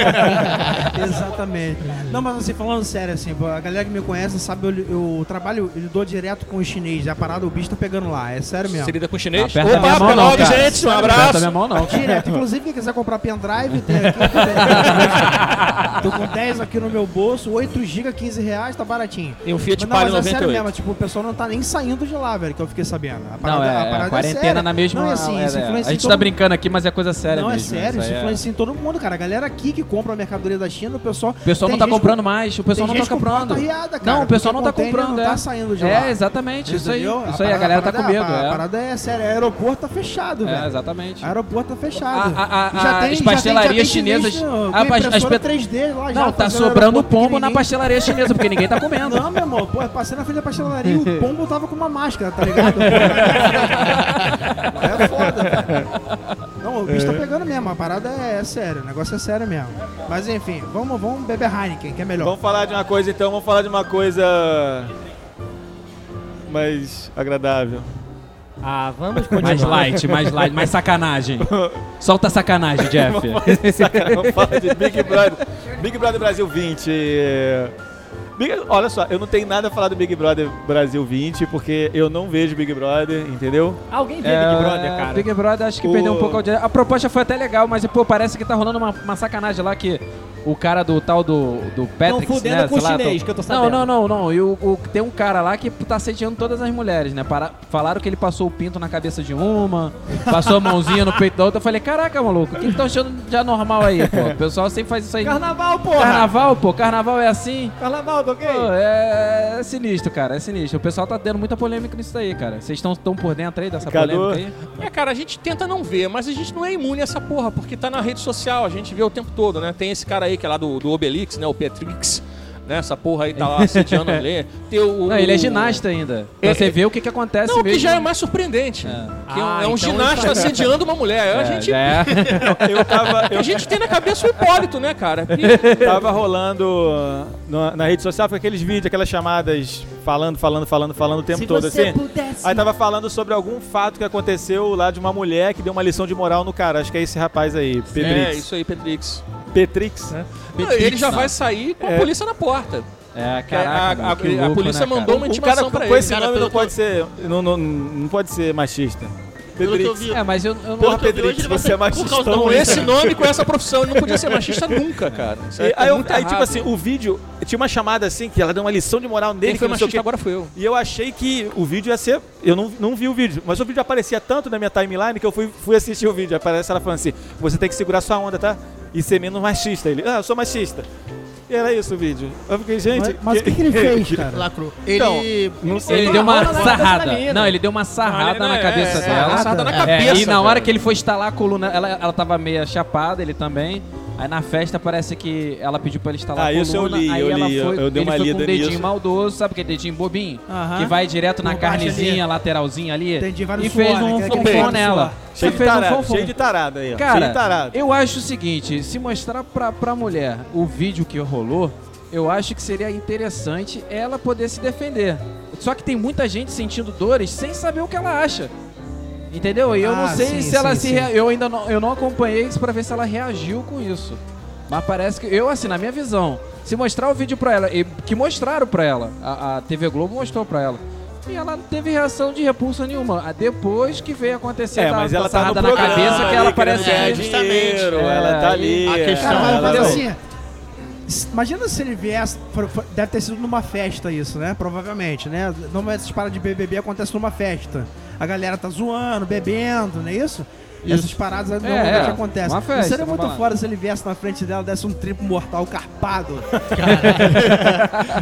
Exatamente. Não, mas assim, falando sério, assim, pô, a galera que me conhece sabe, eu, eu trabalho, eu dou direto com os chineses. A parada, o bicho tá pegando lá, é sério mesmo.
Você lida com chinês?
Aperta a minha mão,
até
não,
logo,
cara.
gente. Um
Aperta a
abraço.
minha mão, não. cara.
Direto. Inclusive, quem quiser comprar pendrive, tem aqui. Tô com 10 aqui no meu bolso, 8 GB, 15 reais, tá baratinho.
E um Fiat
Mas não,
Palio
mas é sério
98.
mesmo, tipo, o pessoal não tá nem saindo de lá, velho, que eu fiquei sabendo. A
Não, é,
a
é,
parada
quarentena
séria.
na mesma.
Não, é assim,
é,
isso
é.
influencia
A
em
gente
todo
tá
mundo.
brincando aqui, mas é coisa séria
Não, é
mesmo,
sério,
isso
isso
aí é.
influencia em todo mundo, cara. A galera aqui que compra a mercadoria da China, o pessoal.
O pessoal não tá comprando mais, o pessoal não
tem
tá
gente com
comprando.
porta riada, cara,
não, o pessoal não tá
porque o container
comprando,
não
é.
tá saindo de
é,
lá.
exatamente, isso aí.
Entendeu?
Isso aí, a
parada-
galera tá com
parada-
medo,
A
é.
parada é séria, aeroporto tá fechado,
É,
velho.
exatamente.
Aeroporto tá fechado.
A- a- a- a-
E já tem-
as
já tem-
pastelarias
já tem chinês,
chinesas-
ó, com
a- as- as pe-
impressora 3D lá já
Não, tá
fazendo um
sobrando
aeroporto
pombo na
pequenininho.
pastelaria chinesa, porque ninguém tá comendo.
Não, meu amor, pô, eu passei na frente da pastelaria e o pombo tava com uma máscara, tá ligado? é foda, cara. Não, o bicho tá pegando mesmo, a parada é, é séria, o negócio é sério mesmo. Mas enfim, vamos, vamos beber Heineken, que é melhor.
Vamos falar de uma coisa então, vamos falar de uma coisa mais agradável.
Ah, vamos continuar.
Mais light, mais light, mais sacanagem. Solta a sacanagem, Jeff.
Vamos falar de Big Brother. Big Brother Brasil 20. Big- olha só, eu não tenho nada a falar do Big Brother Brasil 20, porque eu não vejo Big Brother, entendeu? É,
Alguém vê Big Brother, cara?
Big Brother acho que
O-
perdeu um pouco a audiência. A proposta foi até legal, mas pô, parece que tá rolando uma, uma sacanagem lá que o cara do tal do, do Patrick,
fudendo
né?
com
sei
o
lá,
chinês,
tão-
que eu tô
Não,
sabendo.
não, não, não. E o, o- tem um cara lá que tá sediando todas as mulheres, né? Para- falaram que ele passou o pinto na cabeça de uma, passou a mãozinha no peito da outra. Eu falei, caraca, maluco, o que que tá achando já normal aí, pô? O pessoal sempre faz isso aí.
Carnaval, porra!
Carnaval, pô, carnaval é assim.
Carnaval, tá ok?
Pô, é, é sinistro, cara, é sinistro. O pessoal tá dando muita polêmica nisso daí, cara. Vocês estão tão por dentro aí dessa
Cadu.
polêmica aí?
É, cara, a gente tenta não ver, mas a gente não é imune a essa porra, porque tá na rede social, a gente vê o tempo todo, né? Tem esse cara aí que é lá do, do Obelix, né? O Petrix, né? Essa porra aí tá lá assediando a lei. Tem o,
Não, ele é ginasta ainda. Pra
É,
você
é.
ver o que, que acontece
Não, o
mesmo.
que já é mais surpreendente.
É.
Que é um,
Ah,
é um
então
ginasta assediando uma mulher.
É,
a, gente,
já é.
Eu tava,
a
eu
gente tem na cabeça o Hipólito, né, cara? Que-
tava rolando na, na rede social com aqueles vídeos, aquelas chamadas falando, falando, falando, falando o tempo todo assim. Aí tava falando sobre algum fato que aconteceu lá de uma mulher que deu uma lição de moral no cara. Acho que é esse rapaz aí,
É,
Pedrix.
isso aí, Petrix.
Petrix,
É.
né?
Não, ele já vai sair com a polícia na porta.
É,
Que a-
caraca.
a,
mano, que
a- a
louco,
polícia
né, cara?
mandou uma
O cara tá
intimação
com,
pra
com
ele.
esse
Cara,
nome
pelo
não
que eu-
pode ser. Não, não, não pode ser machista.
Pelo que eu
Pedrix.
vi,
É, mas eu, eu não.
Porra,
pelo que eu vi
Pedrix,
hoje, ele vai
você é
sair por causa
machistão,
da
Com
mulher.
esse nome, com essa profissão, ele não podia ser machista nunca, cara. Isso
E,
tá
aí, eu-
muito
aí, tipo
errado.
assim, o vídeo tinha uma chamada assim que ela deu uma lição de moral nele
Quem
que
foi
não sei o
machista
quê.
agora fui eu.
E eu achei que o vídeo ia ser. Eu não, não vi o vídeo, mas o vídeo aparecia tanto na minha timeline que eu fui, fui assistir o vídeo. Aparece ela falando assim: você tem que segurar sua onda, tá? E ser menos machista. Ele, ah, eu sou machista. E era isso o vídeo. Eu fiquei, gente.
Mas, mas o que, que ele fez, cara?
Lacro.
Então,
Ele.
não
Ele
Ele
deu uma
bola na
sarrada.
cabeça da menina.
Não, ele deu uma sarrada
Ah,
na
é,
cabeça
é, é,
dela.
uma sarrada na
É,
cabeça,
e na hora
velho.
que ele foi instalar a coluna, ela, ela tava meia chapada, ele também. Aí na festa parece que ela pediu pra ele instalar
Ah,
a coluna.
isso eu li,
aí
eu
ela
li, eu-
foi,
eu dei
ele
uma
foi com
lida
um dedinho
nisso.
maldoso, sabe aquele dedinho bobinho?
Aham.
Que vai direto na
Por baixo
carnezinha,
ali.
lateralzinha ali.
Entendi, vai no
e
suor,
fez
né?
um
Aquele- aquele
fofão
suor.
nela.
Cheio
Você
de,
fez um
tarada,
fofão.
cheio de tarada aí, ó. cheio de
Cara,
tarada.
eu acho o seguinte, se mostrar pra, pra mulher o vídeo que rolou, eu acho que seria interessante ela poder se defender. Só que tem muita gente sentindo dores sem saber o que ela acha. Entendeu? E eu não
Ah,
sei
sim,
se ela
sim,
se
sim.
rea- eu ainda não, eu não acompanhei isso pra ver se ela reagiu com isso. Mas parece que eu assim, na minha visão, se mostrar o vídeo pra ela, e que mostraram pra ela, a, a TV Globo mostrou pra ela. E ela não teve reação de repulsa nenhuma. Ah, Depois que veio acontecer
É,
a
mas ela tá no
sarrada
programa,
na cabeça que
ali,
ela
querendo
parece
ganhar
é,
que-
dinheiro,
justamente.
ela tá ali.
A
é,
questão-
Cara, mas
ela
eu falei
não-
assim. s- Imagina se ele viesse. for- for- Deve ter sido numa festa isso, né? Provavelmente, né? Normalmente essas paradas de BBB acontecem numa festa. A galera tá zoando, bebendo, não é isso? Essas paradas aí normalmente
é,
acontecem.
uma festa,
Não seria
uma
muito
balada.
foda se ele viesse na frente dela, desse um triplo mortal carpado.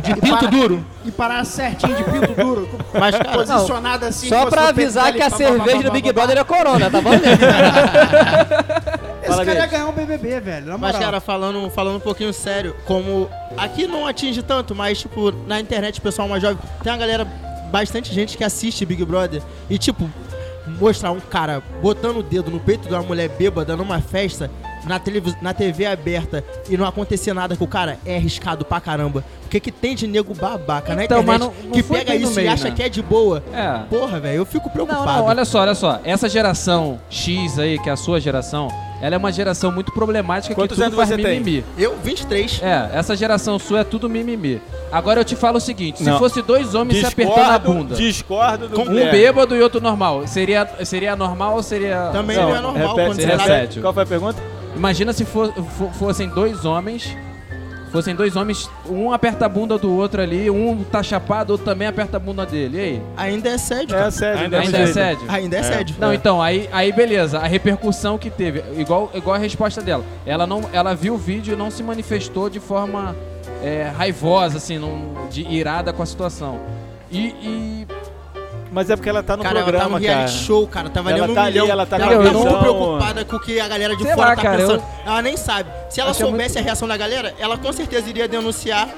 De pinto duro.
E parar certinho de pinto duro,
Mas, cara,
posicionado assim.
Só
fosse
pra
o peito
avisar
dele,
que a
pá, pá, pá,
cerveja
pá,
do Big
pá, pá,
Brother é Corona, tá bom, nego?
Esse
Fala,
cara ia
Vitor.
ganhar um BBB, velho. Na
Mas,
moral.
cara, falando, falando um pouquinho sério, como aqui não atinge tanto, mas, tipo, na internet, o pessoal mais jovem, tem uma galera, bastante gente que assiste Big Brother e, tipo, mostrar um cara botando o dedo no peito de uma mulher bêbada numa festa, na, televis- na TV aberta e não acontecer nada com o cara, é arriscado pra caramba. O que que tem de nego babaca na
Então,
internet
mas não- não
que
foi
pega
bem no
isso e
meio,
acha
né?
que é de boa?
É.
Porra, velho, eu fico
Não,
preocupado.
não, olha só, olha só. Essa geração X aí, que é a sua geração, ela é uma geração muito problemática
Quantos
que tudo
anos
faz
você tem?
mimimi.
Eu, 23.
É, essa geração sua é tudo mimimi. Agora eu te falo o seguinte, se
Não.
fosse dois homens se
Discordo-
apertando a bunda,
Discordo do
um bêbado e outro normal, seria, seria normal ou seria...
Também não, é normal
Repete,
quando você
repete.
tá
repete. Qual foi a pergunta?
Imagina se fo- fo- fossem dois homens. Fossem dois homens, um aperta a bunda do outro ali, um tá chapado, outro também aperta a bunda dele. E aí?
Ainda é sério,
É sério,
Ainda-
né,
Ainda é
gente?
assédio?
Ainda é, sério.
Não, então, aí, aí beleza, a repercussão que teve, igual, igual a resposta dela. Ela não, ela viu o vídeo e não se manifestou de forma é, raivosa, assim, não, de irada com a situação. E, e
Mas é porque ela tá no
cara, ela tá
programa,
no reality
cara.
show, cara. Tá valendo
Ela
um
tá ali,
milhão.
ela tá
ela
com
a
tá
visão.
muito preocupada com o que a galera de
Sei
fora
lá,
tá
cara,
pensando. Ela nem sabe. Se ela
Acho que é
soubesse
muito-
a reação da galera, ela com certeza iria denunciar.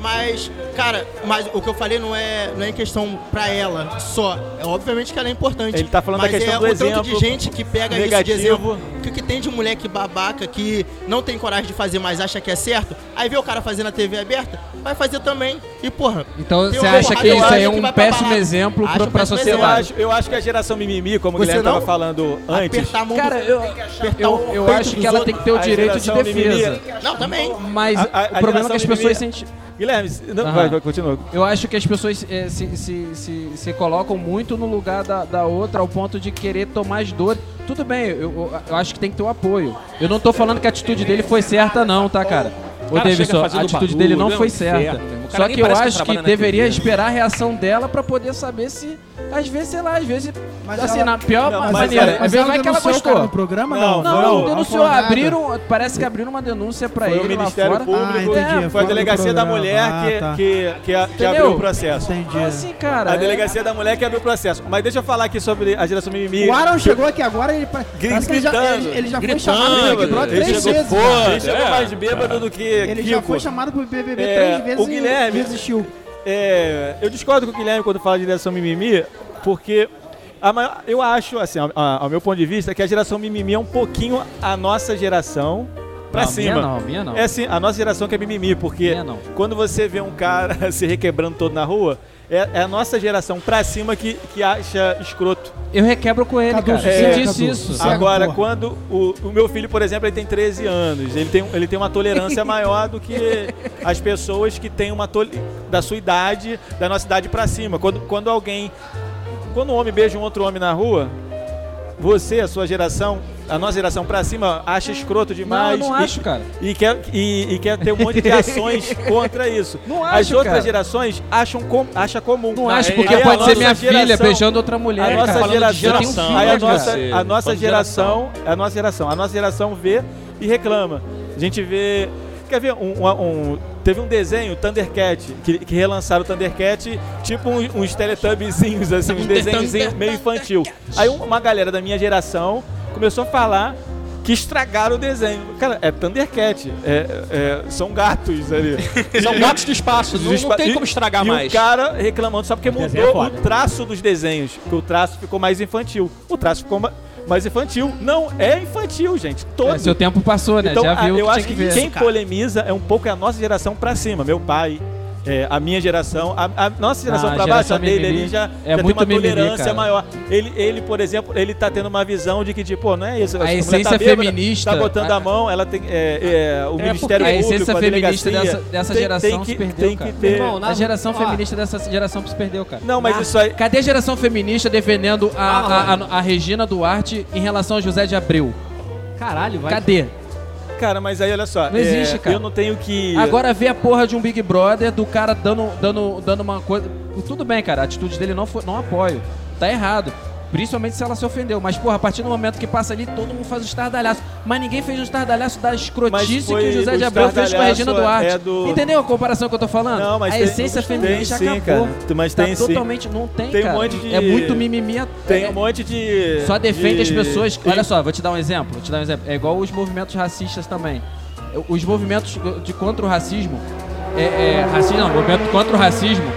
Mas, cara, mas o que eu falei não é, não é em questão pra ela só. É obviamente que ela é importante.
Ele tá falando da
mas
questão
é
do
o tanto
exemplo
de gente que pega isso de
negativo.
exemplo. O que, que tem de moleque babaca que não tem coragem de fazer, mas acha que é certo? Aí vê o cara fazendo na TV aberta, vai fazer também. E, porra,
então
Tem
você
uma
acha
porrada,
que
eu
isso aí
acho
é
que
um
vai pra
péssimo
balada.
exemplo
Acho
pra,
um
pra
péssimo
Eu
sociedade?
acho, eu acho que a geração mimimi, como o
Você
Guilherme
não?
tava falando antes.
apertar a mão do
Cara, eu,
apertar
eu,
o
eu
um peito
acho
dos
que ela tem
outros.
que ter o
A
direito de
geração
defesa.
mimimi.
Não, também.
Mas
A- a-
o
a
problema é que as
geração
pessoas
mimimi-
sentem.
Guilherme, não,
Aham.
vai, vai, continua.
Eu acho que as pessoas eh, se, se, se, se colocam muito no lugar da, da outra ao ponto de querer tomar as dores. Tudo bem, eu, eu- eu acho que tem que ter o apoio. Eu não tô falando que a atitude dele foi certa, não, tá, cara? Ô,
cara chega
Davidson, a
fazendo
atitude
barulho,
dele não
né?
foi
Um
certa.
inferno, irmão. O cara
Só
nem
que eu
parece que
acho que
trabalha na TV,
deveria
né?
esperar a reação dela pra poder saber se. Às vezes, sei lá, às vezes.
Mas
assim,
ela-
na pior
Não, mas
maneira.
ela-
Às
Mas
vezes
ela
vai é que ela
denunciou o cara
gostou.
no programa, não.
Não,
Não, não,
Não,
denunciou.
ela falou
Abriram, parece que abriram uma denúncia pra
Foi o
ele lá
Ministério
fora. É,
Público,
Ah, entendi.
foi a
Fora do
delegacia da
programa.
mulher que,
Ah, tá.
que, que a- que
Entendeu?
abriu o processo.
Entendi.
Assim, cara.
A
é-
delegacia da mulher que abriu o processo. Mas deixa eu falar aqui sobre a geração mimimi.
O Aaron chegou aqui agora, ele, pa- parece que ele já,
gritando,
ele, ele já foi
gritando,
chamado pro Big Brother
Ah, ele
três
chegou
vezes.
foda,
cara.
Ele chegou mais bêbado do que
Ele
Kiko.
já foi chamado pro BBB
É,
três vezes
o Guilherme-
e desistiu.
É, eu discordo com o Guilherme quando fala de geração mimimi, porque a maior- eu acho, assim, a- a- ao meu ponto de vista, que a geração mimimi é um pouquinho a nossa geração pra
não,
cima.
Minha não, minha não.
É assim, a nossa geração que é mimimi, porque
Minha não.
quando você vê um cara se requebrando todo na rua, é, é a nossa geração pra cima que, que acha escroto.
Eu requebro com ele,
Cadu,
cara.
você
Você
é,
disse
Cadu.
isso.
Cego,
Agora,
porra.
quando o, o meu filho, por exemplo, ele tem 13 anos, ele tem, ele tem uma tolerância maior do que as pessoas que têm uma tol da sua idade, da nossa idade pra cima. Quando, quando alguém. Quando um homem beija um outro homem na rua, você, a sua geração, a nossa geração pra cima, acha escroto
Não, eu
demais.
não
e-
acho, cara.
e quer, e, e quer ter um monte de ações contra isso.
Não
As
acho,
outras
cara.
gerações acham com, acha comum.
Não acho,
é-
porque
é a
pode ser
nossa
minha filha
geração-
beijando outra
A
mulher.
nossa
cara.
falando de
tá geração,
geração,
um
aí a
é
né, cara?
nossa, a nossa é
Falando de
geração, a nossa geração, a nossa geração vê e reclama. A gente vê quer ver um, um- um- Teve um desenho, Thundercat, que, que relançaram o Thundercat, tipo um- uns Teletubbies, assim, um desenhozinho meio infantil. Aí um, uma galera da minha geração começou a falar que estragaram o desenho. Cara, é Thundercat, é- é- são gatos ali.
São gatos do espaço, não, não tem como estragar
e
mais.
o cara reclamando só porque mudou
desenho é
o
foda.
traço dos desenhos, que o traço ficou mais infantil. O traço ficou ma- mais infantil. Não, é infantil, gente. Todo.
É, seu tempo passou, né?
Então,
Já
a-
viu
eu
que
acho que,
tinha ver.
quem polemiza é um pouco a nossa geração pra cima. Meu pai, é, a minha geração, a, a nossa geração
Ah,
pra
a
baixo,
geração
a dele
mimimi.
ali já,
É
já tem
muito
uma
mimimi,
tolerância
cara.
maior. Ele, ele, por exemplo, ele tá tendo uma visão de que, tipo, pô, não é isso. essa
A
mulher
essência
tá bêbada,
feminista-
Tá botando a mão, ela tem. é, é, o
É,
Ministério
porque a
Público,
essência
a
feminista
delegacia,
dessa- dessa
tem-
geração
tem
se
que,
perdeu,
tem
cara.
que ter.
Irmão,
A geração
Ó,
feminista dessa geração se perdeu, cara. Ah,
Não, mas Ah, isso aí.
Cadê a geração feminista defendendo a, a, a- a Regina Duarte em relação a José de Abreu?
Caralho, vai.
Cadê?
Cara, mas aí olha só. é,
Não existe, cara.
Eu não tenho que.
Agora vê a porra de um Big Brother do cara dando, dando, dando uma coisa. Tudo bem, cara, a atitude dele não, foi, não apoio. Tá errado. Principalmente se ela se ofendeu. Mas, porra, a partir do momento que passa ali, todo mundo faz um estardalhaço. Mas ninguém fez um estardalhaço da
Mas
escrotice
foi
que o José
o
de Abreu fez com a Regina
estardalhaço
Duarte.
é do-
Entendeu a comparação que eu tô falando?
Não, mas
a
tem-
essência
tem
feminista
sim,
acabou.
cara. Mas
tá
tem sim.
totalmente... Não tem,
Tem um
cara.
monte de-
É muito mimimi. é-
Tem
é-
um monte de.
só defende
de-
as pessoas.
de-
Olha só, vou te dar um exemplo. Vou te dar um exemplo. É igual os movimentos racistas também. Os movimentos de contra o racismo. É, é, racismo não, movimento contra o racismo.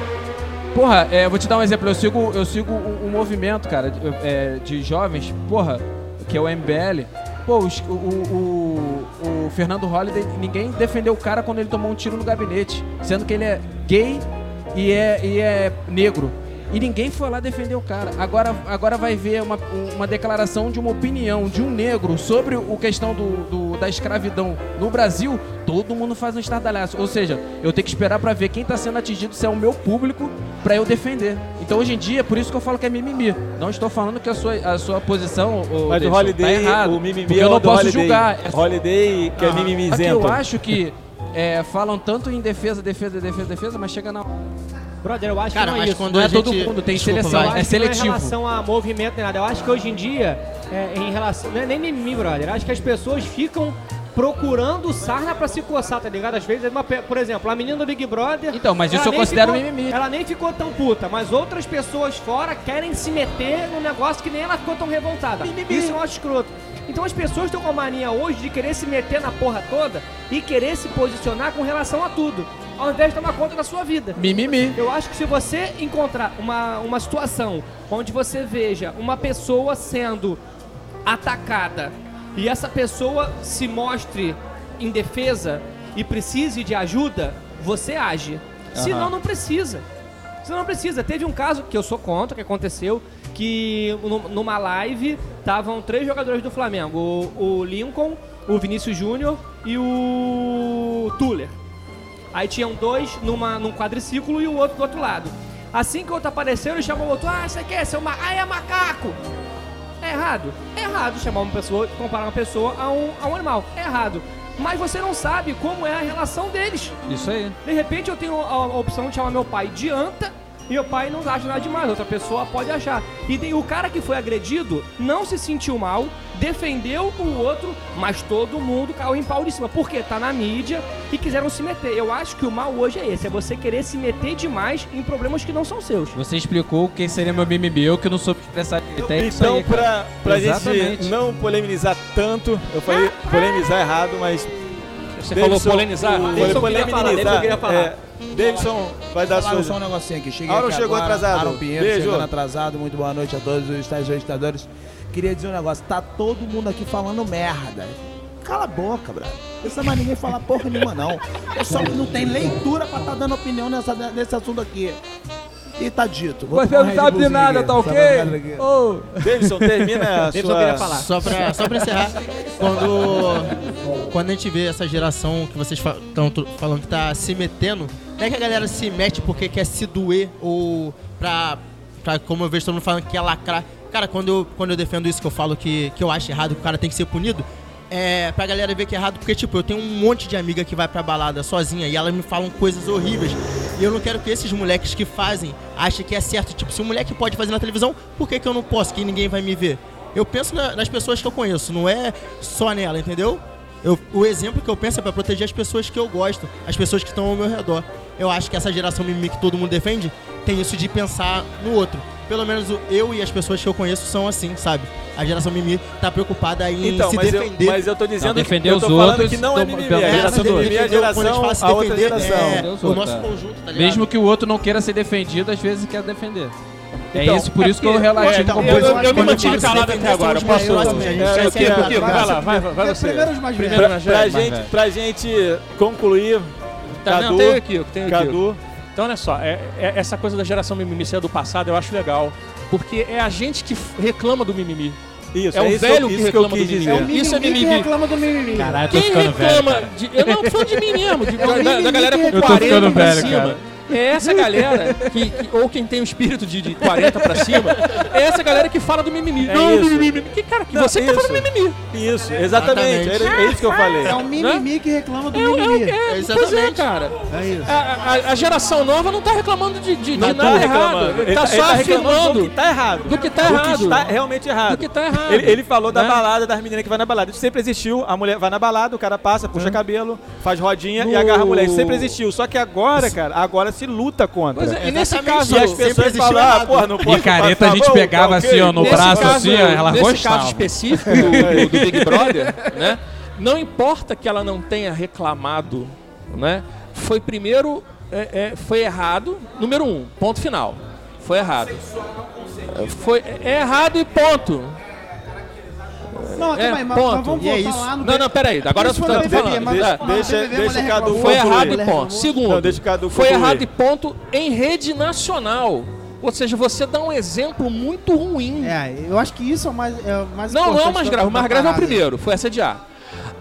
Porra, é, vou te dar um exemplo. Eu sigo, eu sigo um, um movimento, cara, de, é, de jovens, porra, que é o MBL. Pô, os- o, o- o- o Fernando Holliday, ninguém defendeu o cara quando ele tomou um tiro no gabinete, sendo que ele é gay e é, e é negro. E ninguém foi lá defender o cara. Agora, agora vai ver uma, uma declaração de uma opinião de um negro sobre o questão do, do- da escravidão no Brasil. Todo mundo faz um estardalhaço. Ou seja, eu tenho que esperar pra ver quem tá sendo atingido, se é o meu público, pra eu defender. Então hoje em dia, por isso que eu falo que é mimimi. Não estou falando que a sua, a sua posição. ô,
Mas o
Davidson,
Holiday,
tá errado,
o mimimi
porque
é
eu
o
não
do
posso
Holiday.
julgar. É
Holiday que é
Aqui eu
mimimizento.
acho que é, falam tanto em defesa, defesa, defesa, defesa, mas chega na
Brother, eu acho
Cara,
que não é
mas
isso.
quando
Não
a
é todo
gente-
mundo, tem
Desculpa,
seleção,
vai.
Eu
é
acho que não Em
seletivo.
relação a movimento, nem nada. Eu acho que hoje em dia, é, em relação. Não é nem mimimi, brother. Eu acho que as pessoas ficam procurando sarna pra se coçar, tá ligado? Às vezes, é uma pe- por exemplo, a menina do Big Brother.
Então, mas isso
ela
eu
nem
considero
ficou-
mimimi.
Ela nem ficou tão puta, mas outras pessoas fora querem se meter num negócio que nem ela ficou tão revoltada. Isso eu acho escroto. Então as pessoas estão com a mania hoje de querer se meter na porra toda e querer se posicionar com relação a tudo, ao invés de tomar conta da sua vida.
mimimi.
Eu acho que se você encontrar uma, uma situação onde você veja uma pessoa sendo atacada e essa pessoa se mostre indefesa e precise de ajuda, você age. Senão, não precisa. Senão, não precisa. Teve um caso que eu sou contra, que aconteceu, que nu- numa live estavam três jogadores do Flamengo: o, o Lincoln, o Vinícius Júnior e o Tuller. Aí tinham dois numa, num quadriciclo e o outro do outro lado. Assim que o outro apareceu, ele chamou o outro, ah, você quer ser uma. Ah, é macaco! É errado. É errado chamar uma pessoa, comparar uma pessoa a um, a um animal. É errado. Mas você não sabe como é a relação deles.
Isso aí.
De repente eu tenho a, a opção de chamar meu pai de anta e meu pai não acha nada demais, outra pessoa pode achar. E tem- o cara que foi agredido não se sentiu mal, defendeu o outro, mas todo mundo caiu em pau de cima. Porque tá na mídia e quiseram se meter. Eu acho que o mal hoje é esse, é você querer se meter demais em problemas que não são seus.
Você explicou quem seria meu mimimi, eu que não soube expressar direito. É isso
então,
aí, cara.
pra, pra gente
Exatamente.
não polemizar tanto, eu falei polemizar errado, mas.
Você falou polenizar?
O,
Davidson queria
polemizar.
falar, Davidson queria falar.
é, Davidson vai dar
Falaram
sua.
né?
só um negocinho aqui. Cheguei
Aaron
aqui
chegou
agora,
atrasado.
Aaron Pinheiro
Beijo.
chegando atrasado. Muito boa noite a todos os telespectadores. Queria dizer um negócio. Tá todo mundo aqui falando merda. Cala a boca, brother. Não precisa mais ninguém falar porra nenhuma, não. Pessoal que não tem leitura pra tá dando opinião nessa, nesse assunto aqui. E tá dito. Vou tomar um Red Bullzinho aqui.
é
Sabe aqui?
um
Davidson, termina a
Davidson
sua.
queria falar.
Só pra, só pra encerrar, quando, quando a gente vê essa geração que vocês estão falando que tá se metendo, não é que a galera se mete porque quer se doer ou pra, pra como eu vejo todo mundo falando que é lacrar. Cara, quando eu, quando eu defendo isso, que eu falo que, que eu acho errado, que o cara tem que ser punido, é pra galera ver que é errado, porque, tipo, eu tenho um monte de amiga que vai pra balada sozinha e elas me falam coisas horríveis. E eu não quero que esses moleques que fazem achem que é certo. Tipo, se um moleque pode fazer na televisão, por que, que eu não posso? Que ninguém vai me ver. Eu penso na- nas pessoas que eu conheço, não é só nela, entendeu? Eu- o exemplo que eu penso é pra proteger as pessoas que eu gosto, as pessoas que estão ao meu redor. Eu acho que essa geração mimimi que todo mundo defende tem isso de pensar no outro. Pelo menos o- eu e as pessoas que eu conheço são assim, sabe? A geração mimimi tá preocupada em
Então,
se
mas eu,
defender.
mas eu tô dizendo que
defender
eu
os
tô falando
outros,
que não é
tô-
mimimi,
pelo
é a
menos
geração
defender
mimimi, é a
quando gente
geração,
fala se
a outra
né?
defender,
geração.
é,
Deus
o
outra.
nosso conjunto, tá ligado?
Mesmo que o outro não queira ser defendido, às vezes quer defender.
Então,
é isso, por isso que eu
é,
relativo
então,
com
eu- eu-
eu me
Quando
mantive
fala se
calado
defender,
até agora,
são os
posso-
maiores, né? A gente
É,
vai
eu
ser
quero-
errado.
eu quero-
Vai lá, vai, vai, vai
É,
você.
primeiro os mais
Primeiro
velhos.
pra, pra
Evangelho, mais
gente,
velho.
pra gente concluir,
Tá,
Cadu,
não, tenho aqui, eu tenho aqui.
Cadu,
Então, olha só, é- é- essa coisa da geração mimimi ser do passado eu acho legal. Porque é a gente que f- reclama do mimimi.
isso,
É o
isso, isso
velho que
eu
reclama do
quis
mimimi.
dizer.
É o mimimi Isso é
Ninguém
mimimi.
reclama do mimimi.
Caralho, tô
Quem
ficando velho.
reclama
cara.
de. Eu não fã de mim mesmo, de- da, da
mimimi
galera
que
com
Eu tô
40
ficando
pra
velho,
cima.
cara.
É essa galera que, que- Ou quem tem o espírito de, de 40 pra cima, é essa galera que fala do mimimi.
É
não,
isso.
mimimi, mimimi. Que cara, que
Não,
você que tá
isso.
falando mimimi.
Isso, exatamente,
Exatamente.
era- é isso que eu falei.
É
Então,
o mimimi que reclama do
É, o- é, o-
mimimi.
é, pois é,
Exatamente.
cara.
É isso.
A, a- a geração nova não tá reclamando de, de- de
Não
nada
reclamando.
errado.
Ele
tá só
reclamando do
afirmando
que tá errado.
do que tá
Do
errado.
que está realmente errado.
Do que tá errado.
Ele, ele falou da
Né?
balada, das meninas que vai na balada. Isso sempre existiu. A mulher vai na balada, o cara passa,
Hum.
puxa cabelo, faz rodinha e agarra a mulher. Isso sempre existiu. Só que agora, cara, agora se luta contra.
Pois é, e nesse
Exatamente.
caso,
E as
Sempre
pessoas
existiu
falam, ah,
errado.
porra, não pode
Micareta a
passar,
gente
bom,
pegava
tá
assim, ó,
ok. é,
no
nesse
braço,
caso,
assim, ó, ela
nesse
gostava.
caso específico do, do Big Brother, né? Não importa que ela não tenha reclamado, né? Foi primeiro, é, é, foi errado, número um, ponto final. Foi errado. Foi é errado e ponto.
Não,
É,
Ah, calma aí, mas,
ponto.
mas vamos
E é
voltar
isso.
lá no...
Não, não, peraí. Agora eu
Isso
tô
foi no
falando.
BBB, mas-
tá.
mas no
deixa-
BBB,
deixa o
mulher
Cadu
reclamou,
Foi
concluir.
errado
mulher
e
reclamou.
ponto. Segundo,
Não, deixa o Cadu
foi
concluir.
errado e ponto em rede nacional. Ou seja, você dá um exemplo muito ruim.
É, eu acho que isso é o mais, é o mais
não, não é o
importante
mais
da-
grave. O
da
mais grave é o
parada.
primeiro, foi assediar.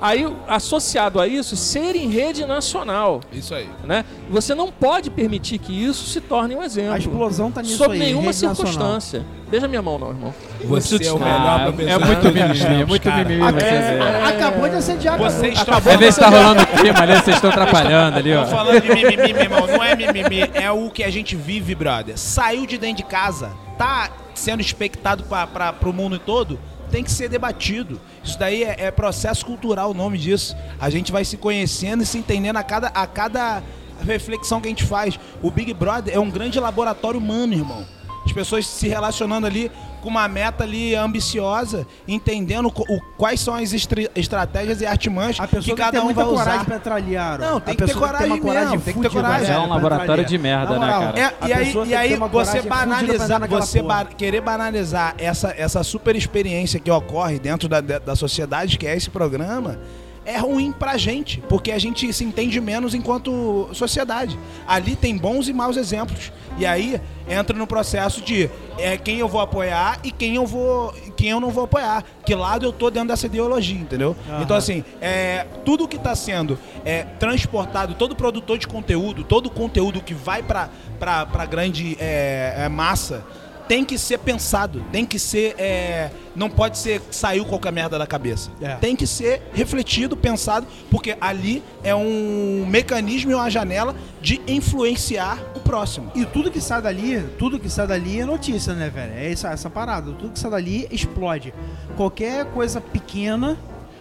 Aí, associado a isso, ser em rede nacional,
Isso aí.
né? Você não pode permitir que isso se torne um
A
exemplo.
explosão tá nisso
Sob
aí,
nenhuma
rede nacional.
circunstância. Beija minha mão, não, irmão.
Você é o melhor
Ah,
professor.
é muito
que nós
mimimi, é
temos,
muito
cara.
mimimi. você vê.
A- Acabou de assediar a
Você
Cadu.
está
Vai ver se tá rolando o clima ali, vocês estão atrapalhando ali, ó.
falando de mimimi, meu irmão. Não é mimimi, é o que a gente vive, brother. Saiu de dentro de casa, tá sendo expectado pra, pra, pro mundo todo, tem que ser debatido. Isso daí é, é processo cultural o nome disso. A gente vai se conhecendo e se entendendo a cada, a cada reflexão que a gente faz. O Big Brother é um grande laboratório humano, irmão. As pessoas se relacionando ali com uma meta ali ambiciosa, entendendo co- o, quais são as estra- estratégias e artimanhas
A pessoa
que
tem
cada
ter
um
muita
vai
coragem
usar.
pra tralhar.
Não, tem que ter coragem mesmo, tem que ter coragem.
É um laboratório de merda, né, cara?
É, e aí, e aí você banalizar, você ba- querer banalizar essa, essa super experiência que ocorre dentro da, da da sociedade, que é esse programa, é ruim pra gente, porque a gente se entende menos enquanto sociedade. Ali tem bons e maus exemplos. E aí entra no processo de é, quem eu vou apoiar e quem eu vou. quem eu não vou apoiar. Que lado eu tô dentro dessa ideologia, entendeu? Então, assim, é, tudo que está sendo é, transportado, todo produtor de conteúdo, todo conteúdo que vai pra, pra, pra grande é, é, massa, tem que ser pensado, tem que ser. é, não pode ser que saiu qualquer merda da cabeça.
É.
Tem que ser refletido, pensado, porque ali é um mecanismo e uma janela de influenciar o próximo.
E tudo que sai dali, tudo que sai dali é notícia, né, velho? É essa, essa parada. Tudo que sai dali explode. Qualquer coisa pequena,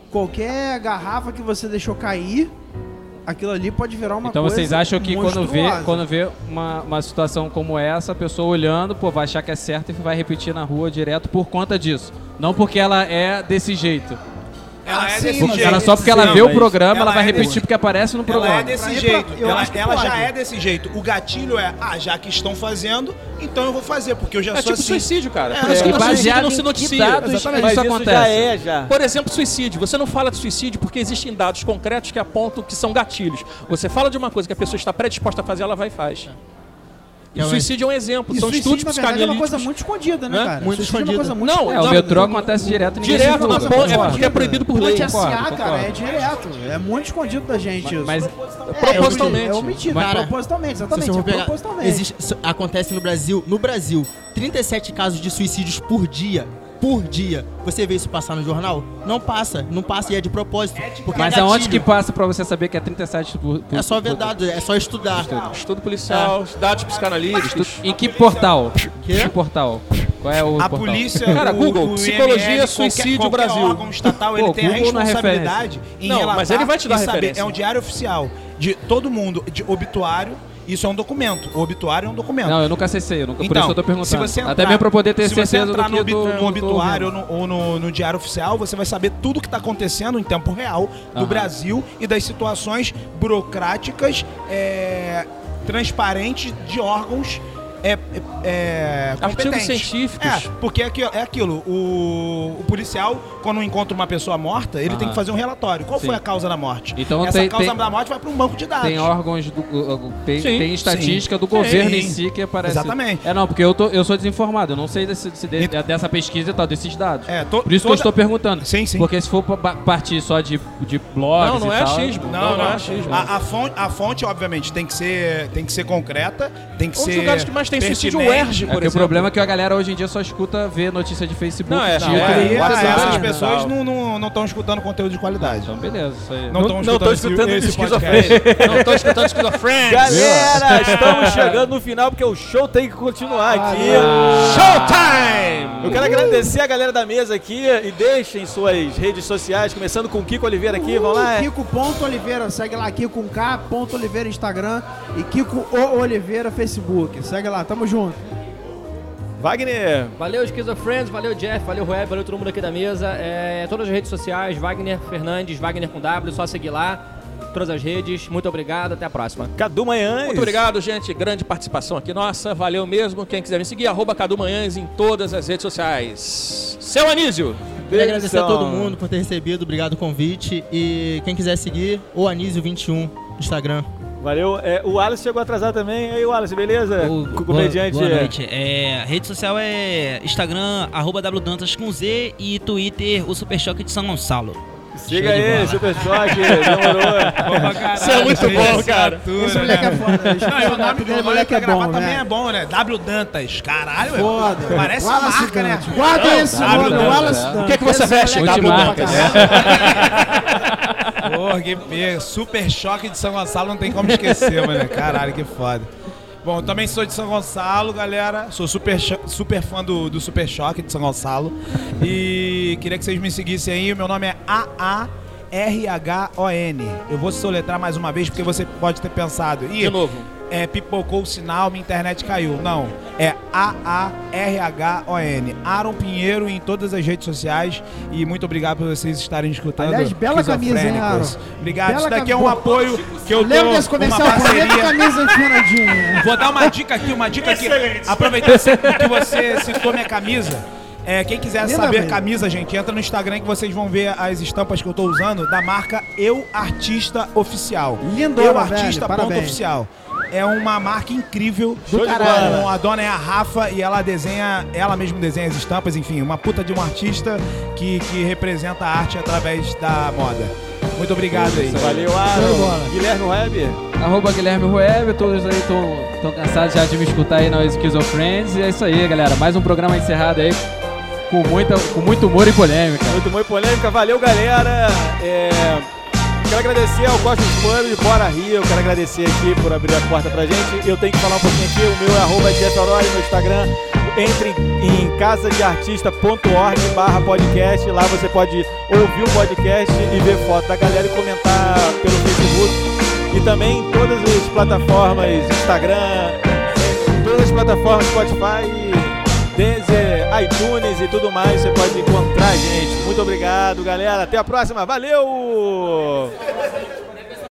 qualquer garrafa que você deixou cair, aquilo ali pode virar uma
Então
coisa.
vocês acham que quando vê,
monstruosa.
quando vê uma, uma situação como essa, a pessoa olhando, pô, vai achar que é certo e vai repetir na rua direto por conta disso. Não porque ela é desse jeito.
Ela é desse
Porque ela só porque ela
Não,
vê o
mas
programa, ela
ela
vai
é
repetir
desse-
porque aparece no
Ela é
programa.
desse
Pra ir
jeito.
pra- eu
ela
acho que
ela já
pode.
é desse jeito. O gatilho é, ah, já que estão fazendo, então eu vou fazer, porque eu já
É
sou
tipo
assim.
suicídio, cara.
É,
Por isso que
é
o suicídio não se noticia.
dados isso
Mas isso
acontece.
já é, já.
Por exemplo, suicídio. Você não fala de suicídio porque existem dados concretos que apontam que são gatilhos. Você fala de uma coisa que a pessoa está predisposta a fazer, ela vai e faz. E o suicídio é um exemplo.
E
são
suicídio,
estudos
na verdade, é uma
psicanalíticos.
coisa muito escondida, né,
né?
cara?
Muito
Suicídio É uma
escondida.
coisa muito
Não,
escondida.
É, o metrô acontece direto. ninguém
Direto
divulga.
na
Coisa
ponte,
muito
é porque
escondida.
é proibido por lei.
Ponte SA,
Concordo,
cara, é
concordo.
direto. É muito escondido da gente isso.
Mas
é,
propositalmente.
É omitido,
Cara,
propositalmente,
Se você
exatamente.
for
É
pegar,
propositalmente.
existe, isso acontece no Brasil, no Brasil, 37 casos de suicídios por dia. Por dia. Você vê isso passar no jornal? Não passa, não passa e é de propósito. Porque
mas
é
aonde que
gatilho.
passa pra você saber que é 37 por, por
É só
por-
ver dado, é só estudar.
Estudo policial, dados psicanalíticos.
Em que portal?
Quê?
Que portal? Qual é o
A
portal?
polícia.
Cara,
o-
Google,
o
psicologia, é
IML, qualquer-
suicídio,
qualquer
Brasil.
órgão estatal, ele
Pô,
tem a
Google não é
responsabilidade em
Não,
relatar
mas ele vai te dar
e saber.
referência.
É um diário oficial de todo mundo, de obituário. Isso é um documento. O obituário é um documento.
Não, eu nunca acessei, eu nunca, Então, por isso eu tô perguntando.
Então, se você entrar,
Até mesmo pra eu poder ter
se você
certeza
entrar
do que eu
no,
tô-
obi-
tô
no obituário
ouvindo.
ou, no, ou no- no diário oficial, você vai saber tudo que está acontecendo em tempo real do
Aham.
Brasil e das situações burocráticas, é, transparentes de órgãos. É, é,
Artigos
competentes.
científicos.
É, porque é aquilo, é aquilo, o, o policial, quando encontra uma pessoa morta, ele tem
Aham.
que fazer um relatório. Qual
Sim.
foi a causa da morte?
Então
Essa
tem-
causa
tem-
da morte vai para um banco de dados.
Tem órgãos do. uh, uh, Tem,
Sim,
tem estatística do
sim.
governo em
Sim.
si que aparece.
Exatamente.
É, não, porque eu, tô, eu sou desinformado, eu não sei desse, desse- de-
Então-
dessa pesquisa e tal, desses dados.
É, to-
Por isso
toda-
que eu estou perguntando.
Sim, sim.
Porque se for pa- pa- partir só de, de blogs.
Não, não
e
é
tal,
achismo.
Não, não,
Não, não.
achismo. A, a fonte, a fonte, obviamente, tem que ser, tem que ser concreta, tem que
Um dos
ser.
lugares que mais tem suicídio é o
pertinente.
ERJ,
É
por
que o
exemplo.
problema é que a galera hoje em dia só escuta ver notícia de Facebook.
Não, é,
título,
não, é,
E, ah,
WhatsApp,
essas
né?
pessoas
Tal.
não estão não, tão escutando conteúdo de qualidade.
Então, beleza, isso aí.
Não
não
estão
tão
escutando,
escutando
esse, esse podcast.
esquizofrênia.
Não, tô escutando esquizofrênia.
Galera, estamos chegando no final porque o show tem que continuar aqui.
Ah,
Showtime!
Eu quero agradecer a galera da mesa aqui e deixem suas redes sociais, começando com o Kiko Oliveira aqui, vamos
Uh,
lá. é.
Kiko ponto Oliveira, segue lá, Kiko com K, ponto Oliveira Instagram e Kiko O Oliveira Facebook. Segue lá, tamo junto.
Wagner,
Valeu, Schizofriends, valeu, Jeff, valeu, Web, valeu todo mundo aqui da mesa. É, todas as redes sociais, Wagner Fernandes, Wagner com W, só seguir lá. Todas as redes, muito obrigado, até a próxima.
Cadu Manhães.
Muito obrigado, gente. Grande participação aqui. Nossa, valeu mesmo. Quem quiser me seguir, arroba Cadu Manhães em todas as redes sociais. Seu Anísio.
Queria agradecer a todo
Então,
mundo por ter recebido, obrigado o convite. E quem quiser seguir, o Anísio21 no Instagram.
Valeu. É, o Alice chegou atrasado também. E aí, o Alice, beleza?
Ô, boa,
Com- Comediante.
boa noite. É, a rede social é Instagram, arroba WDantas com Z e Twitter, o Super Choque de São Gonçalo.
Chega
Show de
aí,
bola.
Super Choque. Demorou.
Isso é muito bom, cara.
Esse moleque é foda.
né? Não, e o nome
dele,
do
moleque
moleque
é
pra gravar
bom,
também
né?
é bom, né? W Dantas. Caralho,
Foda.
é- parece uma
Wallace
marca, né?
Dante. Guardem esse
W
nome,
Dantas,
Wallace
é.
Dante.
O que é que você
Esse
veste?
moleque é bom pra
Multimarcas,
caralho.
Porra, que pega. Super choque de São Gonçalo, não tem como esquecer, mano. Caralho, que foda. Bom, eu também sou de São Gonçalo, galera. Sou super, cho- super fã do, do Super Choque de São Gonçalo. E queria que vocês me seguissem aí. O meu nome é A-A-R-H-O-N. Eu vou soletrar mais uma vez, porque você pode ter pensado. Ih,
De novo.
é, pipocou o sinal, minha internet caiu. Não, é A-A-R-H-O-N. Aaron Pinheiro em todas as redes sociais. E muito obrigado por vocês estarem escutando.
Aliás, bela camisa, hein,
Esquizofrênicos. Obrigado,
Bela
isso daqui é um
camisa.
apoio que eu
Lembra desse
dou, uma
comercial? Planeta
parceria.
Camisa de Fernandinho.
Vou dar uma dica aqui, uma dica aqui. Aproveitando que você citou minha camisa. É, quem quiser
Linda
saber
mesmo.
camisa, gente, entra no Instagram que vocês vão ver as estampas que eu tô usando da marca Eu Artista Oficial.
Lindona,
Eu
velho,
Artista ponto
parabéns.
Oficial. É uma marca incrível.
Show de
Caralho.
bola.
A dona é a Rafa e ela desenha, ela mesma desenha as estampas, enfim, uma puta de um artista que, que representa a arte através da moda. Muito obrigado aí.
Valeu, Aaron. Guilherme Web.
Arroba Guilherme Rueb, todos aí estão cansados já de me escutar aí na Schizofrends. E é isso aí, galera. Mais um programa encerrado aí com, muita, com muito humor e polêmica.
Muito bom e polêmica. Valeu, galera. É, Quero agradecer ao Cosmos Club de Bora Rio. Quero agradecer aqui por abrir a porta pra gente. Eu tenho que falar um pouquinho aqui. O meu é arroba Jeff Aurora no Instagram. Entre em casadeartista.org barra podcast. Lá você pode ouvir o podcast e ver foto da galera e comentar pelo Facebook. E também em todas as plataformas, Instagram, todas as plataformas Spotify, Deezer, iTunes e tudo mais, você pode encontrar a gente. Muito obrigado, galera. Até a próxima. Valeu!